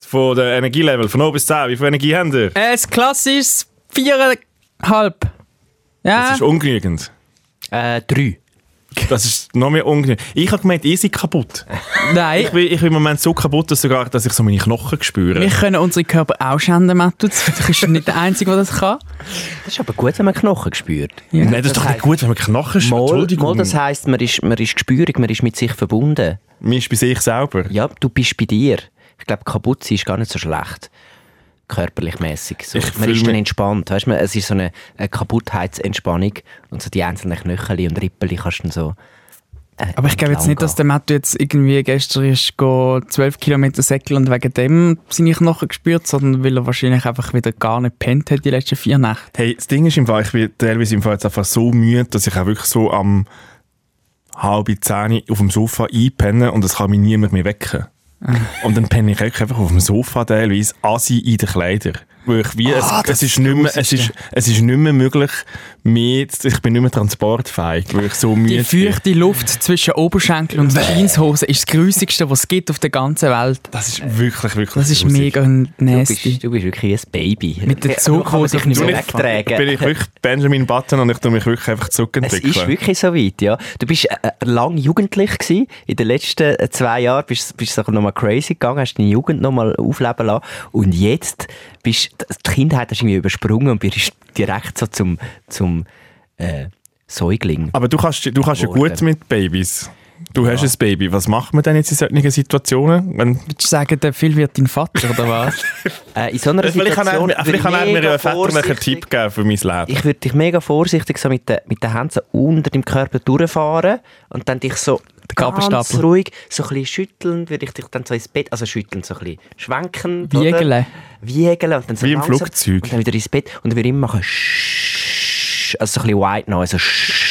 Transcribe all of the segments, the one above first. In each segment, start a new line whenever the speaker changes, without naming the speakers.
von den Energielevel, von 0 bis 10, wie viel Energie haben ihr?
Ein klassisches viereinhalb.
Das
Ja.
ist ungenügend.
Äh, drei.
Das ist noch mehr ungenügend. Ich habe gemeint, ich sei kaputt.
Nein.
Ich bin, ich bin im Moment so kaputt, dass, sogar, dass ich so meine Knochen spüre.
Wir können unsere Körper auch schänden, Mattus. Du bist nicht der Einzige, der das kann.
Das ist aber gut, wenn man Knochen gespürt.
Nein, das, ist doch nicht
heisst-
gut, wenn man Knochen spürt.
Mal,
Entschuldigung.
mal, das heisst, man ist, man ist gespürig, man ist mit sich verbunden.
Mir ist bei sich selber.
Ja, du bist bei dir. Ich glaube, kaputt sein ist gar nicht so schlecht. Körperlich mässig. So.
Ich
Man
fühl
ist dann
mich-
entspannt. Weißt, man, es ist so eine, eine Kaputtheitsentspannung. Und so die einzelnen Knöchel und Rippeli kannst du dann so. äh,
Aber ich glaube jetzt
entlang
nicht, dass der Mattu jetzt irgendwie gestern ist, go 12 Kilometer säckeln und wegen dem seine Knochen gespürt, sondern weil er wahrscheinlich einfach wieder gar nicht pennt hat die letzten vier Nächte.
Hey, das Ding ist im Fall, ich bin teilweise im Fall jetzt einfach so müde, dass ich auch wirklich so am halbe Zehn auf dem Sofa einpenne und es kann mich niemand mehr wecken. und dann penne ich wirklich einfach auf dem Sofa teilweise Asi in den Kleider. Weil ich wie, es, es, ist nicht mehr, es, ist, es ist nicht mehr möglich, mehr, zu- ich bin nicht mehr transportfähig, weil ich so
Die
müde bin.
feuchte Luft zwischen Oberschenkel und Jeanshose ist das Grüßigste, was es gibt auf der ganzen Welt.
Das ist wirklich, wirklich
Das ist
grusig.
mega
Du bist,
nasty.
du bist wirklich ein Baby.
Mit der
Ja, nur kann man
Zughose
dich nicht
auf
mehr
dem Sofa.
Bin
wegtragen.
ich wirklich Benjamin Button und ich tue mich wirklich einfach
Es
zurückentwickeln.
ist wirklich so weit, ja. Du bist äh, lang jugendlich gewesen. In den letzten äh, zwei Jahren bist bist du nochmal crazy gegangen, hast deine Jugend nochmal aufleben lassen. Und jetzt bist du- die Kindheit hast du irgendwie übersprungen und bist direkt so zum, zum äh, Säugling.
Aber du kannst, du kannst ja gut
Worden.
mit Babys. Du hast ein Baby. Was macht man denn jetzt in solchen Situationen? Wenn,
Würdest du sagen, der Phil wird dein Vater oder was?
Äh, in so einer
vielleicht kann er,
Situation
mir- vielleicht kann er
würde ich
mir
mega
einen väterlichen
vorsichtig-
Tipp geben für mein Leben.
Ich würde dich mega vorsichtig so mit, den, mit den Händen so unter dem Körper durchfahren und dann dich so ganz
Gabelstapler.
ruhig so ein bisschen schütteln, würde ich dich dann so ins Bett, also schütteln, so ein bisschen schwenken. oder?
Wiegeln.
Wiegeln und dann so
Wie im
langsam
Flugzeug.
Und dann wieder ins Bett und würde immer machen «Schsch», also so ein bisschen white noise, so «Schsch».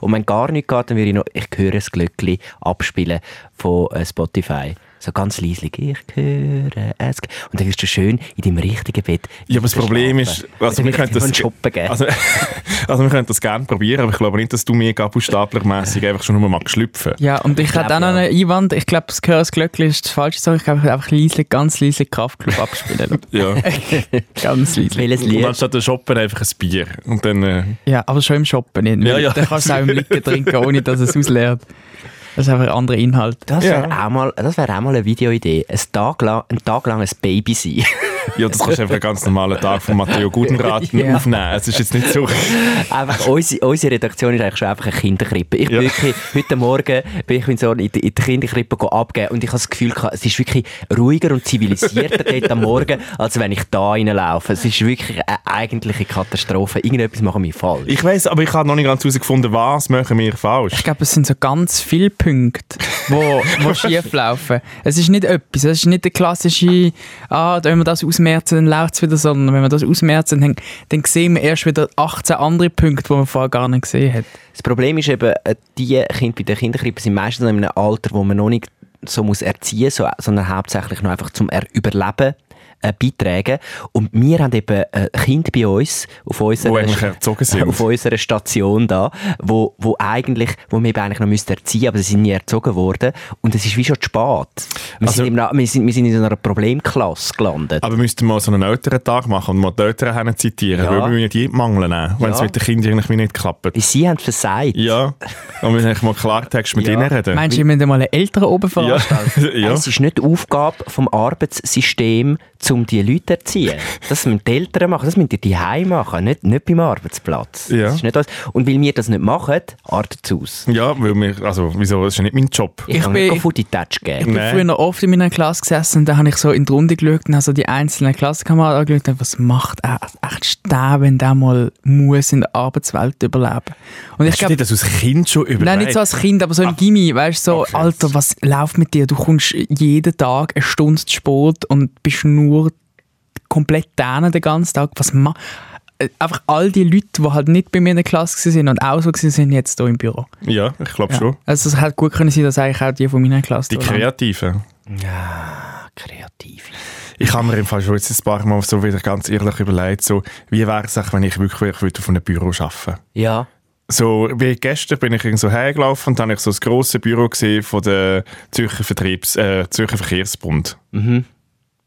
Und wenn gar nichts geht, dann würde ich noch «Ich höre ein Glöckchen» abspielen von äh, Spotify. So ganz leislich «Ich höre es». Und dann wirst du schön in deinem richtigen Bett
Ja, aber das Problem ist, also wir könnten das,
shoppen gehen.
also, also wir könnten das gerne probieren, aber ich glaube nicht, dass du mir gabelstaplermässig einfach schon nur mal schlüpfen.
Ja, und ich,
glaub,
hätte auch noch
ja.
einen Einwand. Ich glaube, das Gehör das Glöckchen ist das falsche Sache. Ich glaube, ich würde einfach leise, ganz leise Kraftclub abspielen. lassen.
Ja.
ganz leise.
Welches
Und
Lied?
anstatt ein Shoppen einfach ein Bier. Und dann, äh,
Ja, aber schon im Shoppen nicht.
Ja,
weil
ja.
Dann kannst du es auch im Liegen trinken, ohne dass es ausleert. Das ist einfach ein anderer Inhalt.
Das
Ja.
wäre auch, mal- das wär auch mal eine Videoidee. Ein Tag lang, ein Tag lang ein Baby sein.
ja, das kannst du einfach einen ganz normalen Tag von Matteo Gudenrat
Ja.
aufnehmen. Es ist jetzt nicht so...
einfach, unsere, unsere Redaktion ist eigentlich schon einfach eine Kinderkrippe. Ich bin
Ja.
wirklich, heute Morgen bin ich meinen Sohn in die, in die Kinderkrippe go abgeben und ich habe das Gefühl, gehabt, es ist wirklich ruhiger und zivilisierter dort am Morgen, als wenn ich da reinlaufe. Es ist wirklich eine eigentliche Katastrophe. Irgendetwas machen wir falsch.
Ich weiß, aber ich habe noch nicht ganz herausgefunden, was machen wir falsch.
Ich glaube, es sind so ganz viele Punkte, wo, wo schief laufen. Es ist nicht etwas, es ist nicht der klassische, ah, wenn wir das ausmerzen, dann läuft es wieder, sondern wenn wir das ausmerzen, dann, dann sehen wir erst wieder 18 andere Punkte, die man vorher gar nicht gesehen hat.
Das Problem ist eben, äh, die Kinder bei den Kinderkrippen sind meistens noch in einem Alter, wo man noch nicht so muss erziehen muss, so, sondern hauptsächlich noch einfach zum Er- Überleben äh, beitragen. Und wir haben eben äh, Kinder bei uns, auf unserer,
eigentlich erzogen sind.
auf unserer Station da, wo, wo eigentlich, wo wir eben eigentlich noch müssten erziehen, aber sie sind nie erzogen worden. Und es ist wie schon zu spät. Wir, sind, eben noch, wir, sind, wir sind in so einer Problemklasse gelandet.
Also Aber müssten wir mal so einen älteren Tag machen und mal die Eltern hin zitieren,
Ja.
weil wir müssen ja die Mangel nehmen, wenn es
Ja.
mit den Kindern irgendwie nicht klappt.
Weil sie haben versagt.
Ja, und wir müssen mal Klartext mit
Ja.
ihnen reden.
Meinst du, wir müssen mal einen älteren oben
ja.
veranstalten?
ja.
Es ist nicht Aufgabe vom Arbeitssystem, um die Leute zu erziehen. Das müssen die Eltern machen, das müssen die daheim machen, nicht, nicht beim Arbeitsplatz.
Ja.
Das ist nicht alles. Und weil wir das nicht machen, artet es aus.
ja, weil wir, also, wieso, das ist ja nicht mein Job.
Ich,
Ich
kann
bin-
nicht Footy Touch geben.
Ich bin
Nein.
früher noch oft in meiner Klasse gesessen und da habe ich so in die Runde geschaut und habe so die einzelnen Klassenkameraden angeschaut und dachte, was macht er echt sterben, wenn der mal muss in der Arbeitswelt überleben. Und ich
Hast du
glaube,
dir das als Kind schon überlegt? Ah.
Nein, nicht so als Kind, aber so im Gimmi, weißt du, so,
Okay.
Alter, was läuft mit dir? Du kommst jeden Tag eine Stunde zu spät und bist nur komplett dänen den ganzen Tag. Was ma Äh, Einfach all die Leute, die halt nicht bei mir in der Klasse waren und auch so waren, sind jetzt hier im Büro.
Ja, ich glaube schon.
Also es hätte gut können sein, dass eigentlich auch die von meiner Klasse
Die
da waren.
Kreativen.
Ja, kreativ.
Ich habe mir im Fall schon jetzt ein paar Mal so wieder ganz ehrlich überlegt, so, wie wäre es, eigentlich, wenn ich wirklich, wirklich auf einem Büro arbeiten würde.
Ja.
so wie gestern bin ich irgend so hergelaufen und dann habe ich so das grosse Büro gesehen von der Zürcher, Vertriebs, äh, Zürcher Verkehrsbund.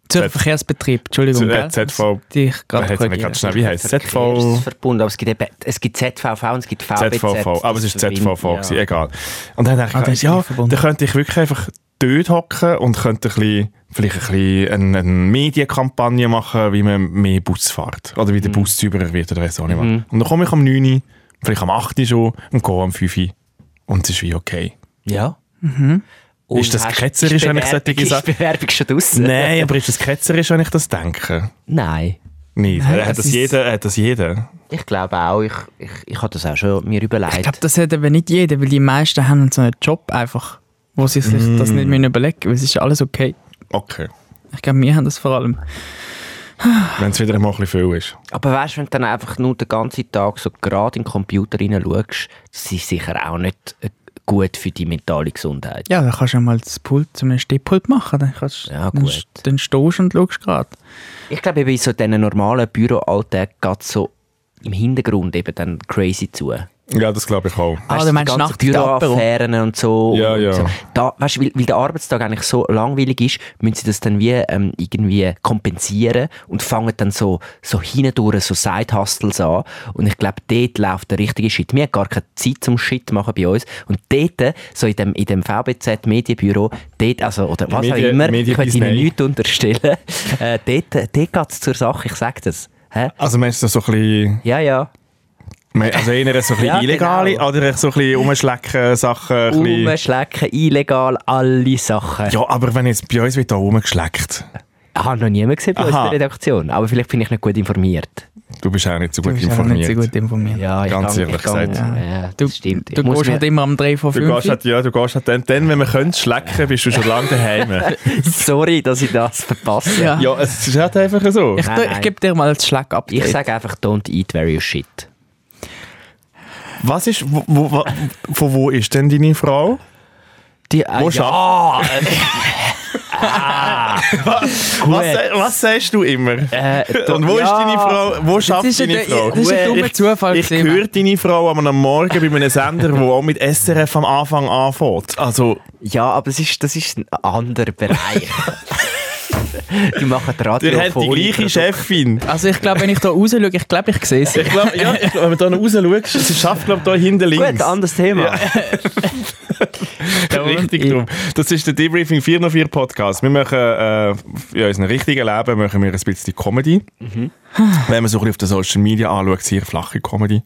Zürcher Verkehrsbetrieb, Entschuldigung.
Z- äh,
gell?
ZV.
Dich
Da
gerade
hat's mich
korrigieren.
ganz schnell, wie heisst es? ZV.
Verkehrsverbund, aber es gibt, eben, es gibt ZVV und es gibt VBZ.
ZVV, aber es ist
Das
ZVV, gewesen, egal. Und dann dachte
Ah,
ich,
das ist
ja,
nicht verbunden.
dann könnte ich wirklich einfach dort hocken und könnte ein bisschen, vielleicht ein bisschen eine, eine Medienkampagne machen, wie man mehr Bus fährt. Oder
Mhm.
wie der Bus züberer wird oder so. Mhm. Und dann komme ich am 9 Uhr, vielleicht am 8 Uhr schon und gehe am 5 Uhr. Und es ist wie okay.
Ja. Und
Ist das
hast-
ketzerisch,
ist
wenn ich
Bewerbung-
solche Sachen-
Ist Bewerbung schon draussen?
Nein, aber ist das ketzerisch, wenn ich das denke?
Nein.
Nein,
Nein,
hat,
es
das
ist-
jeder, hat das jeder?
Ich glaube auch, ich, ich, ich habe das auch schon mir
Ich glaube,
überlegt.
das hat aber nicht jeder, weil die meisten haben so einen Job einfach, wo sie sich das nicht mehr überlegen, weil es ist alles okay.
Okay.
Ich glaube, wir haben das vor allem.
Wenn es wieder einmal ein bisschen viel ist.
Aber weißt du, wenn du dann einfach nur den ganzen Tag so gerade in den Computer reinschaust, das ist sicher auch nicht äh, gut für die mentale Gesundheit.
Ja, dann kannst du ja mal das Pult zum Stehpult machen. Dann, kannst,
Ja,
dann,
gut.
st- dann stehst du und schaust gerade.
Ich glaube, bei so diesen normalen Büroalltag geht so im Hintergrund eben dann crazy zu.
Ja, das glaube ich auch.
Ah,
Weisst
du meinst
die ganzen
nach der Apero?
Büroaffären und so.
Ja,
und
ja.
So. Da, weißt, weil, weil der Arbeitstag eigentlich so langweilig ist, müssen sie das dann wie ähm, irgendwie kompensieren und fangen dann so, so hindurch so Side-Hustles an. Und ich glaube, dort läuft der richtige Shit. Wir haben gar keine Zeit zum Shit machen bei uns. Und dort, so in dem, in dem VBZ Medienbüro, dort, also, oder was
Medien-
auch immer, ich
Medien-
will ihnen
Disney.
nichts unterstellen, äh, dort, dort geht es zur Sache, ich sage das. Hä?
Also meinst du so ein bisschen...
Ja, ja.
Me- Also eher so ein bisschen
Ja,
illegale
genau.
oder so ein bisschen rumschlecken Sachen. Ein bisschen.
Umschlecken, illegal, alle Sachen.
Ja, aber wenn jetzt bei uns wird da rumgeschleckt,
Ich habe noch niemand gesehen bei uns in
Aha.
der Redaktion, aber vielleicht bin ich nicht gut informiert.
du bist auch nicht so
Du
gut
bist einfach nicht
informiert.
so gut informiert.
Ja, ich
Ganz ehrlich
ich kann,
gesagt.
Ja, ja, das
Du,
stimmt.
du
Ich muss
gehst halt
mir-
immer am 3 vor
Du
5.
gehst halt, ja, du gehst halt dann, dann, wenn man könnte schlecken, bist du schon lange daheim.
sorry, dass ich das verpasse.
Ja.
ja, es ist halt einfach so.
Ich,
Nein,
tu- ich
nein.
gebe dir mal das Schlag ab.
Ich sage einfach, don't eat various shit.
Was ist, wo, wo, wa- von wo ist denn deine Frau?
Die, äh,
Wo
ja,
Was, sä- was sagst du immer?
äh,
Und wo
ja,
ist deine Frau? Wo schafft
ist ein-
deine Frau?
das ist ein dummer
Ich-
Zufall
Ich
gewesen,
höre deine Frau am Morgen bei einem Sender, der auch mit SRF am Anfang anfängt. Also,
Ja, aber das ist, das ist ein anderer Bereich. die machen Radio.
ihr habt die gleiche Chefin.
Also ich glaube, wenn ich da raus schaue, ich glaube, ich sehe es.
Ich glaube, ja, ich glaub, wenn man da raus schaut, sie schafft, glaube ich, da hinten links.
Gut, anderes Thema.
Richtig drum. Das ist der Debriefing 404 Podcast. Wir machen äh, in unserem richtigen Leben machen wir ein bisschen Comedy. Wenn man so ein bisschen auf den Social Media anschaut, sehr flache Comedy.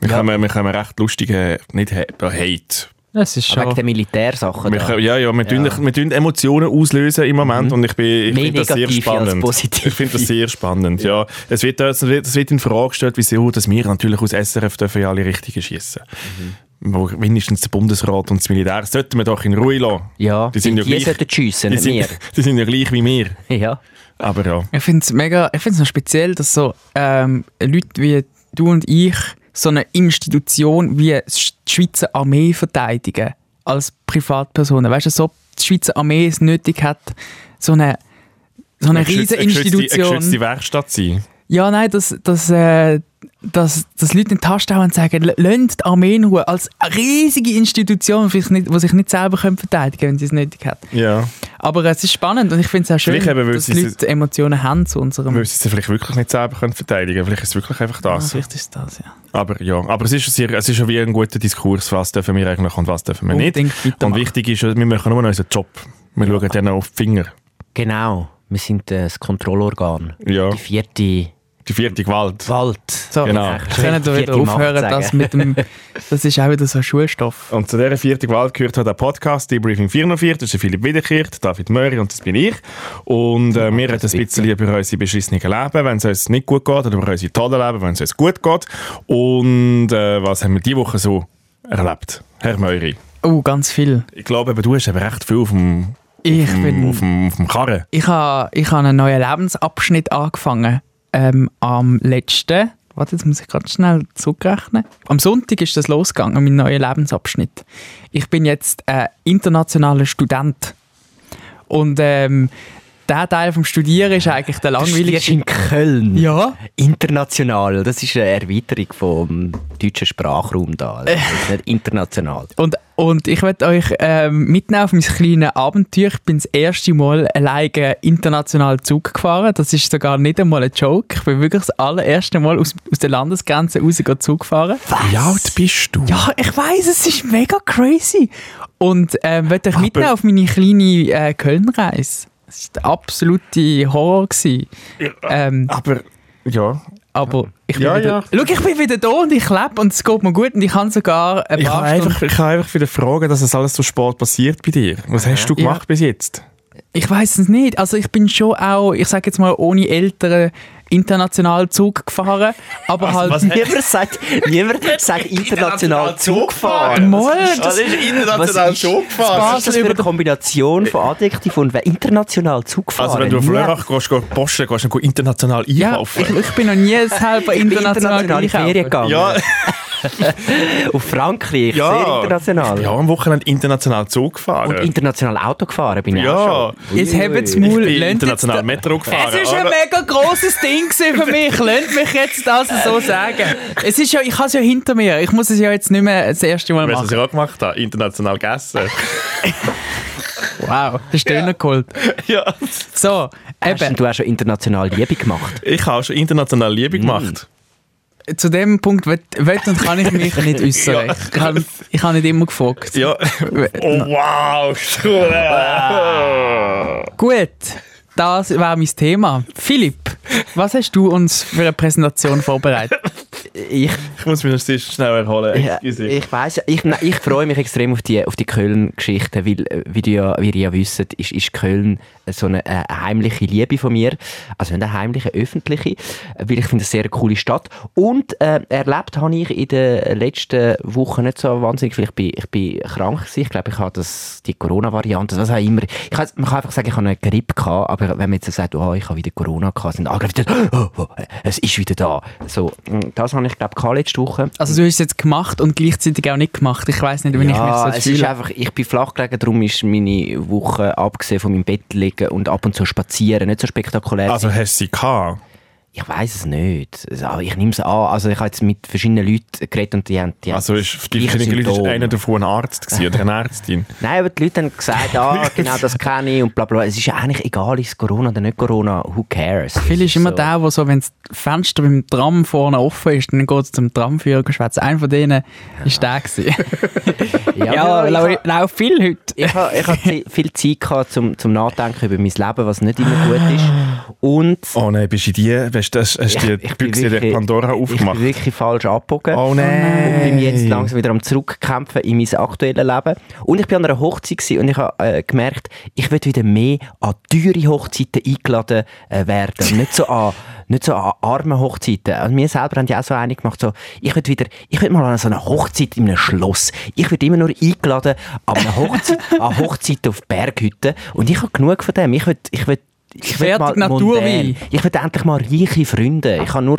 Wir, können, wir können recht lustige, nicht ha- Hate.
Das ist
Wegen der
schon...
Militärsachen.
Wir
da.
können, ja, ja, wir, Tun, wir tun Emotionen auslösen im Moment und ich, bin- ich
Mehr
finde das sehr
negative Mhm. als
spannend.
positive.
Ich finde das sehr spannend, ja. Es, wird, es, wird, es wird in Frage gestellt, wieso, dass wir natürlich aus SRF dürfen ja alle Richtigen schießen.
Mhm.
Wo Wenigstens der Bundesrat und das Militär sollten wir doch in Ruhe lassen.
Ja,
Die sind ja
die
gleich-
sollten schiessen,
Die
nicht
sind,
wir.
die sind ja gleich wie wir.
Ja.
Aber ja.
Ich finde es mega... Ich finde es noch speziell, dass so ähm, Leute wie du und ich so eine Institution wie s- die Schweizer Armee verteidigen. Als Privatpersonen. Weißt du, so die Schweizer Armee es nötig hat, so eine... So eine
geschützte-
riesige
Eine
Institution.
geschützte Werkstatt sein.
Ja, nein, dass, dass, äh, dass, dass Leute in die Tasten hauen und sagen, "L- lasst die Armee in Ruhe. Als riesige Institution, die sich nicht, die sich nicht selber können verteidigen können, wenn sie es nötig hat.
Ja.
Aber es ist spannend und ich finde es auch schön,
Vielleicht eben, weil
dass
sie-
die Leute Emotionen haben zu unserem...
Weil sie sie vielleicht wirklich nicht selber können verteidigen können. Vielleicht ist es wirklich einfach
Ah,
Also.
das.
vielleicht ist das, ja.
Aber ja, aber es ist, sehr, es ist schon wie ein guter Diskurs, was dürfen wir eigentlich und was dürfen wir nicht.
Unbedingt
Und
weitermachen.
wichtig ist, wir machen nur noch unseren Job. Wir schauen dann auf die Finger.
Genau, wir sind äh, das Kontrollorgan.
Ja,
Die vierte
die vierte Gewalt.
Wald.
So,
Genau.
wir können doch wieder
Vierte Macht
aufhören,
sagen.
das mit dem... Das ist auch wieder so ein Schulstoff.
Und zu dieser vierten Gewalt gehört auch der Podcast Debriefing 404. Das ist der Philipp Wiederkehrt, David Möri und das bin ich. Und äh, wir reden ein
das bitte.
bisschen über unsere beschissenen Leben, wenn es uns nicht gut geht, oder über unsere tollen Leben, wenn es uns gut geht. Und äh, was haben wir diese Woche so erlebt? Herr Möri,
Oh, ganz viel.
ich glaube, eben, du hast eben recht viel auf dem,
Ich
Mhm.
bin...
auf dem, auf dem Karren.
Ich habe ich ha einen neuen Lebensabschnitt angefangen. Ähm, am letzten, warte, jetzt muss ich gerade schnell zurückrechnen. Am Sonntag ist das losgegangen, mein neuer Lebensabschnitt. Ich bin jetzt äh, internationaler Student. Und ähm, der Teil vom Studieren ist eigentlich der
Du studierst
langweiligste.
in Köln.
Ja.
International. Das ist eine Erweiterung vom deutschen Sprachraum da. Also, Das ist nicht international.
Und, und ich werde euch ähm, mitnehmen auf mein kleines Abenteuer. Ich bin das erste Mal alleine international Zug gefahren. Das ist sogar nicht einmal ein Joke. Ich bin wirklich das allererste Mal aus, aus der Landesgrenze raus go Zug gefahren.
Wie alt bist du?
Ja, ich weiß, es ist mega crazy. Und ähm, werde euch mitnehmen auf meine kleine äh, Köln-Reise. Es war der absolute Horror. Gewesen. Ähm,
Aber, ja.
aber ich bin
Ja,
wieder,
ja.
Schau, ich bin wieder da und ich lebe und es geht mir gut und ich kann sogar ein
Ich
paar
habe
Stunden
einfach, ich habe einfach wieder Fragen, dass es alles so spät passiert bei dir. Was hast du
Ja.
gemacht bis jetzt?
Ich weiß es nicht. Also ich bin schon auch, ich sage jetzt mal, ohne Eltern international Zug gefahren, aber halt...
Niemand sagt, niemand sagt international Zugfahren.
Mal, das,
international
Zugfahren.
Was ist das für eine Kombination von Adjektiv und wer international Zugfahren?
Also wenn du auf
Niemand.
Lörrach gehst, gehst du Posten, gehst du international
ja,
einkaufen.
ich, ich bin noch nie selber
Ich bin
international,
international in
einkaufen.
Ferien gegangen.
Ja,
Auf Frankreich,
Ja.
sehr international.
ja, am Wochenende international Zug gefahren.
Und international Auto gefahren bin ich
Ja.
auch schon.
Jetzt habt's
ich
Maul,
bin
lasst
international
jetzt
Metro
da-
gefahren.
Es ist ein
oder?
mega grosses Ding gewesen für mich. Lasst mich jetzt das so sagen. Es ist ja, ich habe es ja hinter mir. Ich muss es ja jetzt nicht mehr das erste Mal
Weißt du, was
machen.
ich auch gemacht habe? International gegessen.
Wow, hast du ja. geholt.
ja.
So,
Hast denn
eben,
du auch schon international Liebe gemacht?
Ich habe auch schon international Liebe
Hm.
gemacht.
zu dem Punkt will, will und kann ich mich nicht äußern.
Ja.
Ich habe ich habe nicht immer gefragt.
Ja. Oh, wow. cool.
Gut, das war mein Thema. Philipp, was hast du uns für eine Präsentation vorbereitet?
Ich,
Ich muss mich noch sehr schnell erholen.
ja,
Excuse.
ich weiß, ich, nein, ich freue mich extrem auf die, auf die Köln-Geschichte, weil, äh, wie, du ja, wie ihr ja wisst, ist, ist Köln so eine äh, heimliche Liebe von mir. Also nicht eine heimliche, eine öffentliche, äh, weil ich finde es eine sehr coole Stadt. Und äh, erlebt habe ich in den letzten Wochen nicht so wahnsinnig viel. Ich bin, ich bin krank gewesen. Ich glaube, ich habe das, die Corona-Variante, was auch immer. Ich kann, man kann einfach sagen, ich habe eine Grippe gehabt, aber wenn man jetzt so sagt, oh, ich habe wieder Corona gehabt, sind alle gleich wieder, oh, oh, es ist wieder da. So, mm, das habe ich, glaube ich, gehabt letzte Woche.
Also du hast es jetzt gemacht und gleichzeitig auch nicht gemacht. Ich weiß nicht, wie ich mich
Ja,
so
Ah, es ist
fühle.
einfach, ich bin flach gelegen, darum ist meine Woche, abgesehen von meinem Bett liegen und ab und zu spazieren, nicht so spektakulär.
Also hast du sie gehabt?
ich weiß es nicht. Also, aber ich nehme es an. Also ich habe jetzt mit verschiedenen Leuten geredet und die haben... Die haben
Also ist, die
gleiche
Klinik ist
Symptome.
einer davon ein Arzt gewesen, oder eine Ärztin.
Nein, aber die Leute haben gesagt, ah, genau das kenne ich und bla bla. Es ist ja eigentlich egal, ist es Corona oder nicht Corona, who cares?
Phil
Es
ist immer
so.
der, der so, wenn das Fenster beim Tram vorne offen ist, dann geht es zum Tramführer schwätzt. Einer von denen ist der gewesen.
Ja,
ja,
ich
lau-
habe-
lauf viel heute.
ich habe ich habe zi- viel Zeit gehabt zum, zum Nachdenken über mein Leben, was nicht immer gut ist. Und
Oh nein, bist du die, hast, hast, hast die
bin
Büchse der
wirklich-
Pandora
Ich
aufgemacht?
bin wirklich falsch abgebogen.
Oh nein.
Und bin jetzt langsam wieder am Zurückkämpfen in mein aktuelles Leben. Und ich bin an einer Hochzeit gewesen und ich habe äh, gemerkt, ich will wieder mehr an teure Hochzeiten eingeladen äh, werden. Und Nicht so an nicht so an armen Hochzeiten. Also wir selber haben ja auch so eine gemacht, so, ich will wieder, ich will mal an so eine Hochzeit in einem Schloss. Ich werde immer nur eingeladen an eine Hochzeit, an Hochzeiten auf Berghütten. Und ich habe genug von dem. Ich will, ich will, ich will
Fertig Naturwein.
ich will endlich mal reiche Freunde. Ich habe nur,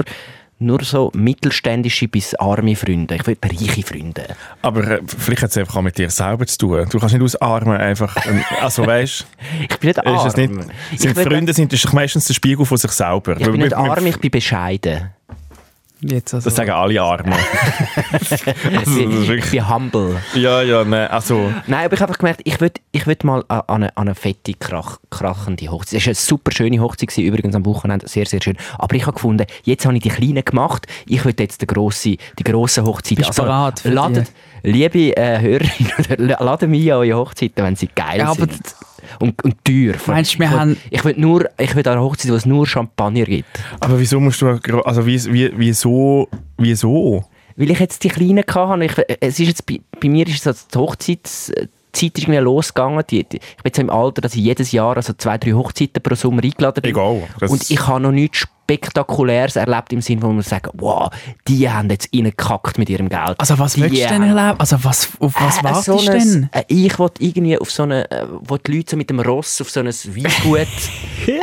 nur so mittelständische bis arme Freunde. Ich will reiche Freunde.
Aber äh, vielleicht hat es einfach auch mit dir selber zu tun. Du kannst nicht aus Armen einfach. ähm, Also weißt
Ich bin nicht
du,
arm.
ist es nicht.
Ich
Sind
will-
Freunde sind das ist doch meistens der Spiegel von sich selber.
Ich bin nicht arm, ich bin bescheiden.
Jetzt also.
Das sagen alle Arme.
Ich
das ist
bin,
wirklich-
ich bin humble.
ja, ja, nein. Also,
Nein, aber ich habe einfach gemerkt, ich würde ich würd mal an an eine, an eine fette, krach, krachende Hochzeit. Es war eine super schöne Hochzeit, gewesen, übrigens am Wochenende, sehr, sehr schön. Aber ich habe gefunden, jetzt habe ich die Kleinen gemacht, ich würde jetzt die grosse, die grosse Hochzeit. also
Bist bereit für die?
ladet, liebe äh, Hörerinnen, oder la- ladet mich an eure Hochzeiten, wenn sie geil
Ja, aber
sind. Und, und teuer.
Meinst du, wir
ich will-
haben-
Ich würde nur, ich will an einer Hochzeit, wo es nur Champagner gibt.
aber wieso musst du. gro- Also, wie, wie, wieso? Wieso?
Weil ich jetzt die Kleinen hatte. Ich, äh, es ist jetzt, bei, bei mir ist es also die Hochzeitszeit ist irgendwie losgegangen. Die, die, ich bin jetzt im Alter, dass ich jedes Jahr also zwei, drei Hochzeiten pro Sommer eingeladen bin.
Egal, das-
Und ich habe noch nichts Spektakuläres erlebt im Sinne, wo man sagt, wow, die haben jetzt reingekackt mit ihrem Geld.
also was
Die
willst du denn
haben-
erleben? Also was, auf was
äh,
wartest
so
du
ein-
denn?
Äh, ich wollte irgendwie auf so eine, äh, wo die Leute so mit dem Ross auf so ein Weingut äh,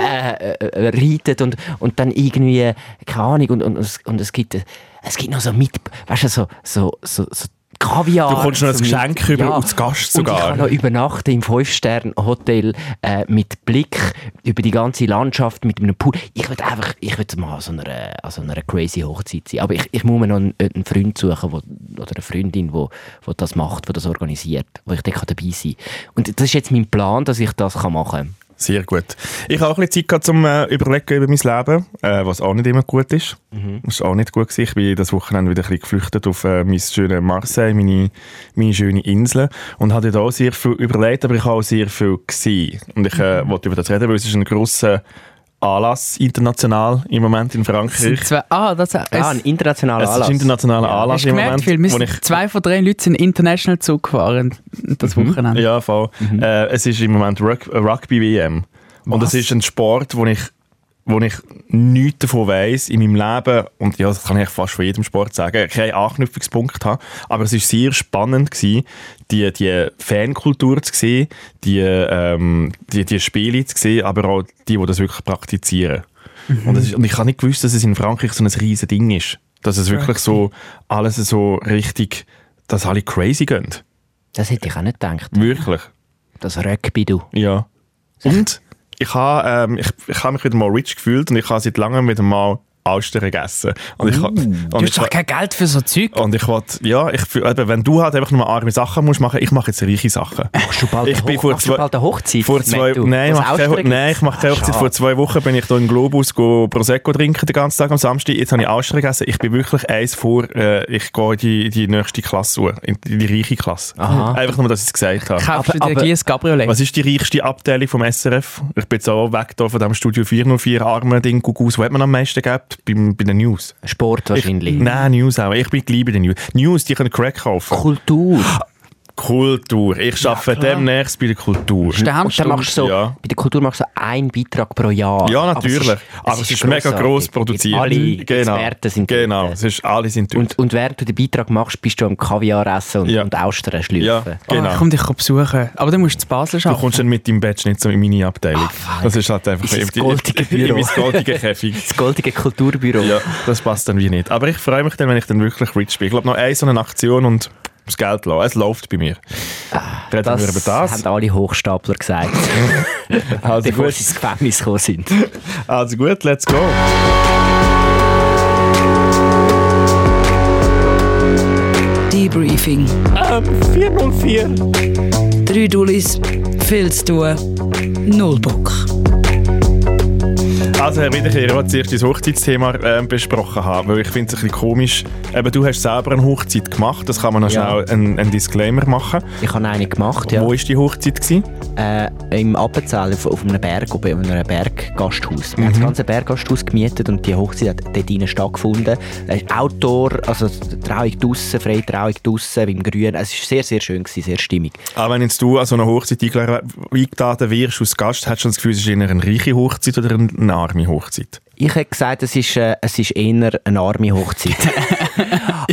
äh, reiten und, und dann irgendwie, keine Ahnung, und, und, und, es- und es, gibt, äh, es gibt noch so mit, weißt du, so, so, so, so Kaviar.
Du kommst noch ein
zum
Geschenk
Mittag.
über als Gast sogar.
Und ich kann noch übernachten im Fünf-Sterne-Hotel äh, mit Blick über die ganze Landschaft, mit einem Pool. Ich würde einfach, ich würde mal an so einer, an so einer crazy Hochzeit sein. Aber ich, ich muss mir noch einen, einen Freund suchen wo, oder eine Freundin, die wo, wo das macht, die das organisiert, wo ich dann kann dabei sein kann. Und das ist jetzt mein Plan, dass ich das kann machen
Sehr gut. Ich habe auch ein bisschen Zeit gehabt, um äh, überlegen über mein Leben, äh, was auch nicht immer gut ist.
Mhm.
Das war auch nicht gut. Gewesen. Ich bin das Wochenende wieder ein bisschen geflüchtet auf äh, mein schönes Marseille, meine, meine schöne Insel. Und habe da auch sehr viel überlegt, aber ich habe auch sehr viel gesehen. Und ich
Mhm.
äh, wollte über das reden, weil es ist ein grosser Anlass international im Moment in
Es sind
Frankreich.
zwei, ah, das
kann. Ah, ein
es,
internationaler
Es ist
Anlass.
ein internationaler Anlass
hast du
im
gemerkt,
Moment.
Phil, wir
wo
sind-
ich
zwei von drei Leuten sind international Zug gefahren das
Mhm.
Wochenende.
Ja, voll. Äh, es ist im Moment Rug Rugby-WM. Und es ist ein Sport, wo ich, wo ich nichts davon weiss in meinem Leben. Und ja, das kann ich fast von jedem Sport sagen. Keinen Anknüpfungspunkt haben. Aber es war sehr spannend, gewesen, die, die Fankultur zu sehen, die, ähm, die, die Spiele zu sehen, aber auch die, die das wirklich praktizieren. Und, es ist, und ich habe nicht gewusst, dass es in Frankreich so ein riesiges Ding ist. Dass es wirklich so alles so richtig, dass alle crazy gehen.
Das hätte ich auch nicht gedacht.
Wirklich.
Das Rugby, du.
Ja. Und ich habe ähm, ich, ich hab mich wieder mal rich gefühlt und ich habe seit langem wieder mal Austern gegessen. Und ich, ha- und
Du
ich,
hast doch kein Geld für so Zeug.
ha- und ich wollte, ja, ich, fühl- eben, wenn du halt einfach nur arme Sachen musst machen, ich mache jetzt reiche Sachen.
Machst du bald,
Ich
eine
bin
Hoch-
vor
machst du
zwei-
bald eine Hochzeit?
Vor zwei,
du,
nein, ich
wo's
mache keine, Ho-
Austern
nein,
gibt?
ich mache keine
Ah,
Hochzeit.
schade.
Vor zwei Wochen bin ich hier in Globus go Prosecco trinken den ganzen Tag am Samstag. Jetzt habe ich Austern gegessen. Ich bin wirklich eins vor, äh, ich gehe in die, die nächste Klasse, suchen, in die, die reiche Klasse.
Aha.
Einfach nur, dass ich es gesagt habe.
Kaufst du
Aber-
dir
aber-
gleich ein Cabriolet?
Was ist die reichste Abteilung vom SRF? Ich bin jetzt auch weg da von dem Studio 404 armen Ding. Guck aus, was hat man am meisten gehabt? Bei, bei den News.
Sport wahrscheinlich.
Nein, News auch. Ich bin gleich bei den News. News, die können Crack kaufen.
Kultur.
Kultur. Ich arbeite demnächst bei der Kultur.
Und dann machst du so,
Ja.
bei der Kultur machst du so einen Beitrag pro Jahr.
Ja, natürlich. Aber es ist, mega
grossartig.
gross produziert.
Alle
genau.
Experten sind
Genau,
dort.
es ist, alle sind dort.
Und, und während du den Beitrag machst, bist du am Kaviar essen und,
Ja.
und Austern
ja,
schlürfen.
Genau.
genau.
komm dich besuchen. Aber dann musst du zu Basel
Du
arbeiten.
kommst dann mit deinem Badge nicht so in meine Abteilung. das ist halt einfach
Ist Ah, das
in- in-
goldige
in
Büro.
mein goldige Käfig.
Das goldige Kulturbüro.
Ja, das passt dann wie nicht. Aber ich freue mich dann, wenn ich dann wirklich rich bin. Ich glaube, noch eine so eine Aktion und das Geld lassen. Es läuft bei mir. Reden wir über das.
Ah, haben alle Hochstapler gesagt,
Also
bevor
gut.
sie ins Gefängnis gekommen sind.
also gut, let's go.
Debriefing. 404. Drei Dullis, viel zu tun, null Bock.
Also Herr Wiederkehrer, was zuerst das Hochzeitsthema ähm, besprochen haben, weil ich finde es ein bisschen komisch. Eben, du hast selber eine Hochzeit gemacht, das kann man noch
Ja.
schnell einen, einen Disclaimer machen.
Ich habe eine gemacht, ja.
Wo war die Hochzeit? Gewesen?
äh, im Appenzell auf, auf einem Berg, oben in einem
Mhm.
Berggasthaus. Wir haben das ganze Berggasthaus gemietet und die Hochzeit hat dort drinnen stattgefunden. Es ist Outdoor, also Trauung draussen, freie Trauung draussen, beim Grün. Es war sehr, sehr schön, gewesen, sehr stimmig.
Auch wenn jetzt du an so eine Hochzeit eingeladen eingeladen wirst als Gast, hast du das Gefühl, es ist eher eine reiche Hochzeit oder eine, eine arme Hochzeit?
Ich hätte gesagt, es ist, äh, es ist eher eine arme Hochzeit.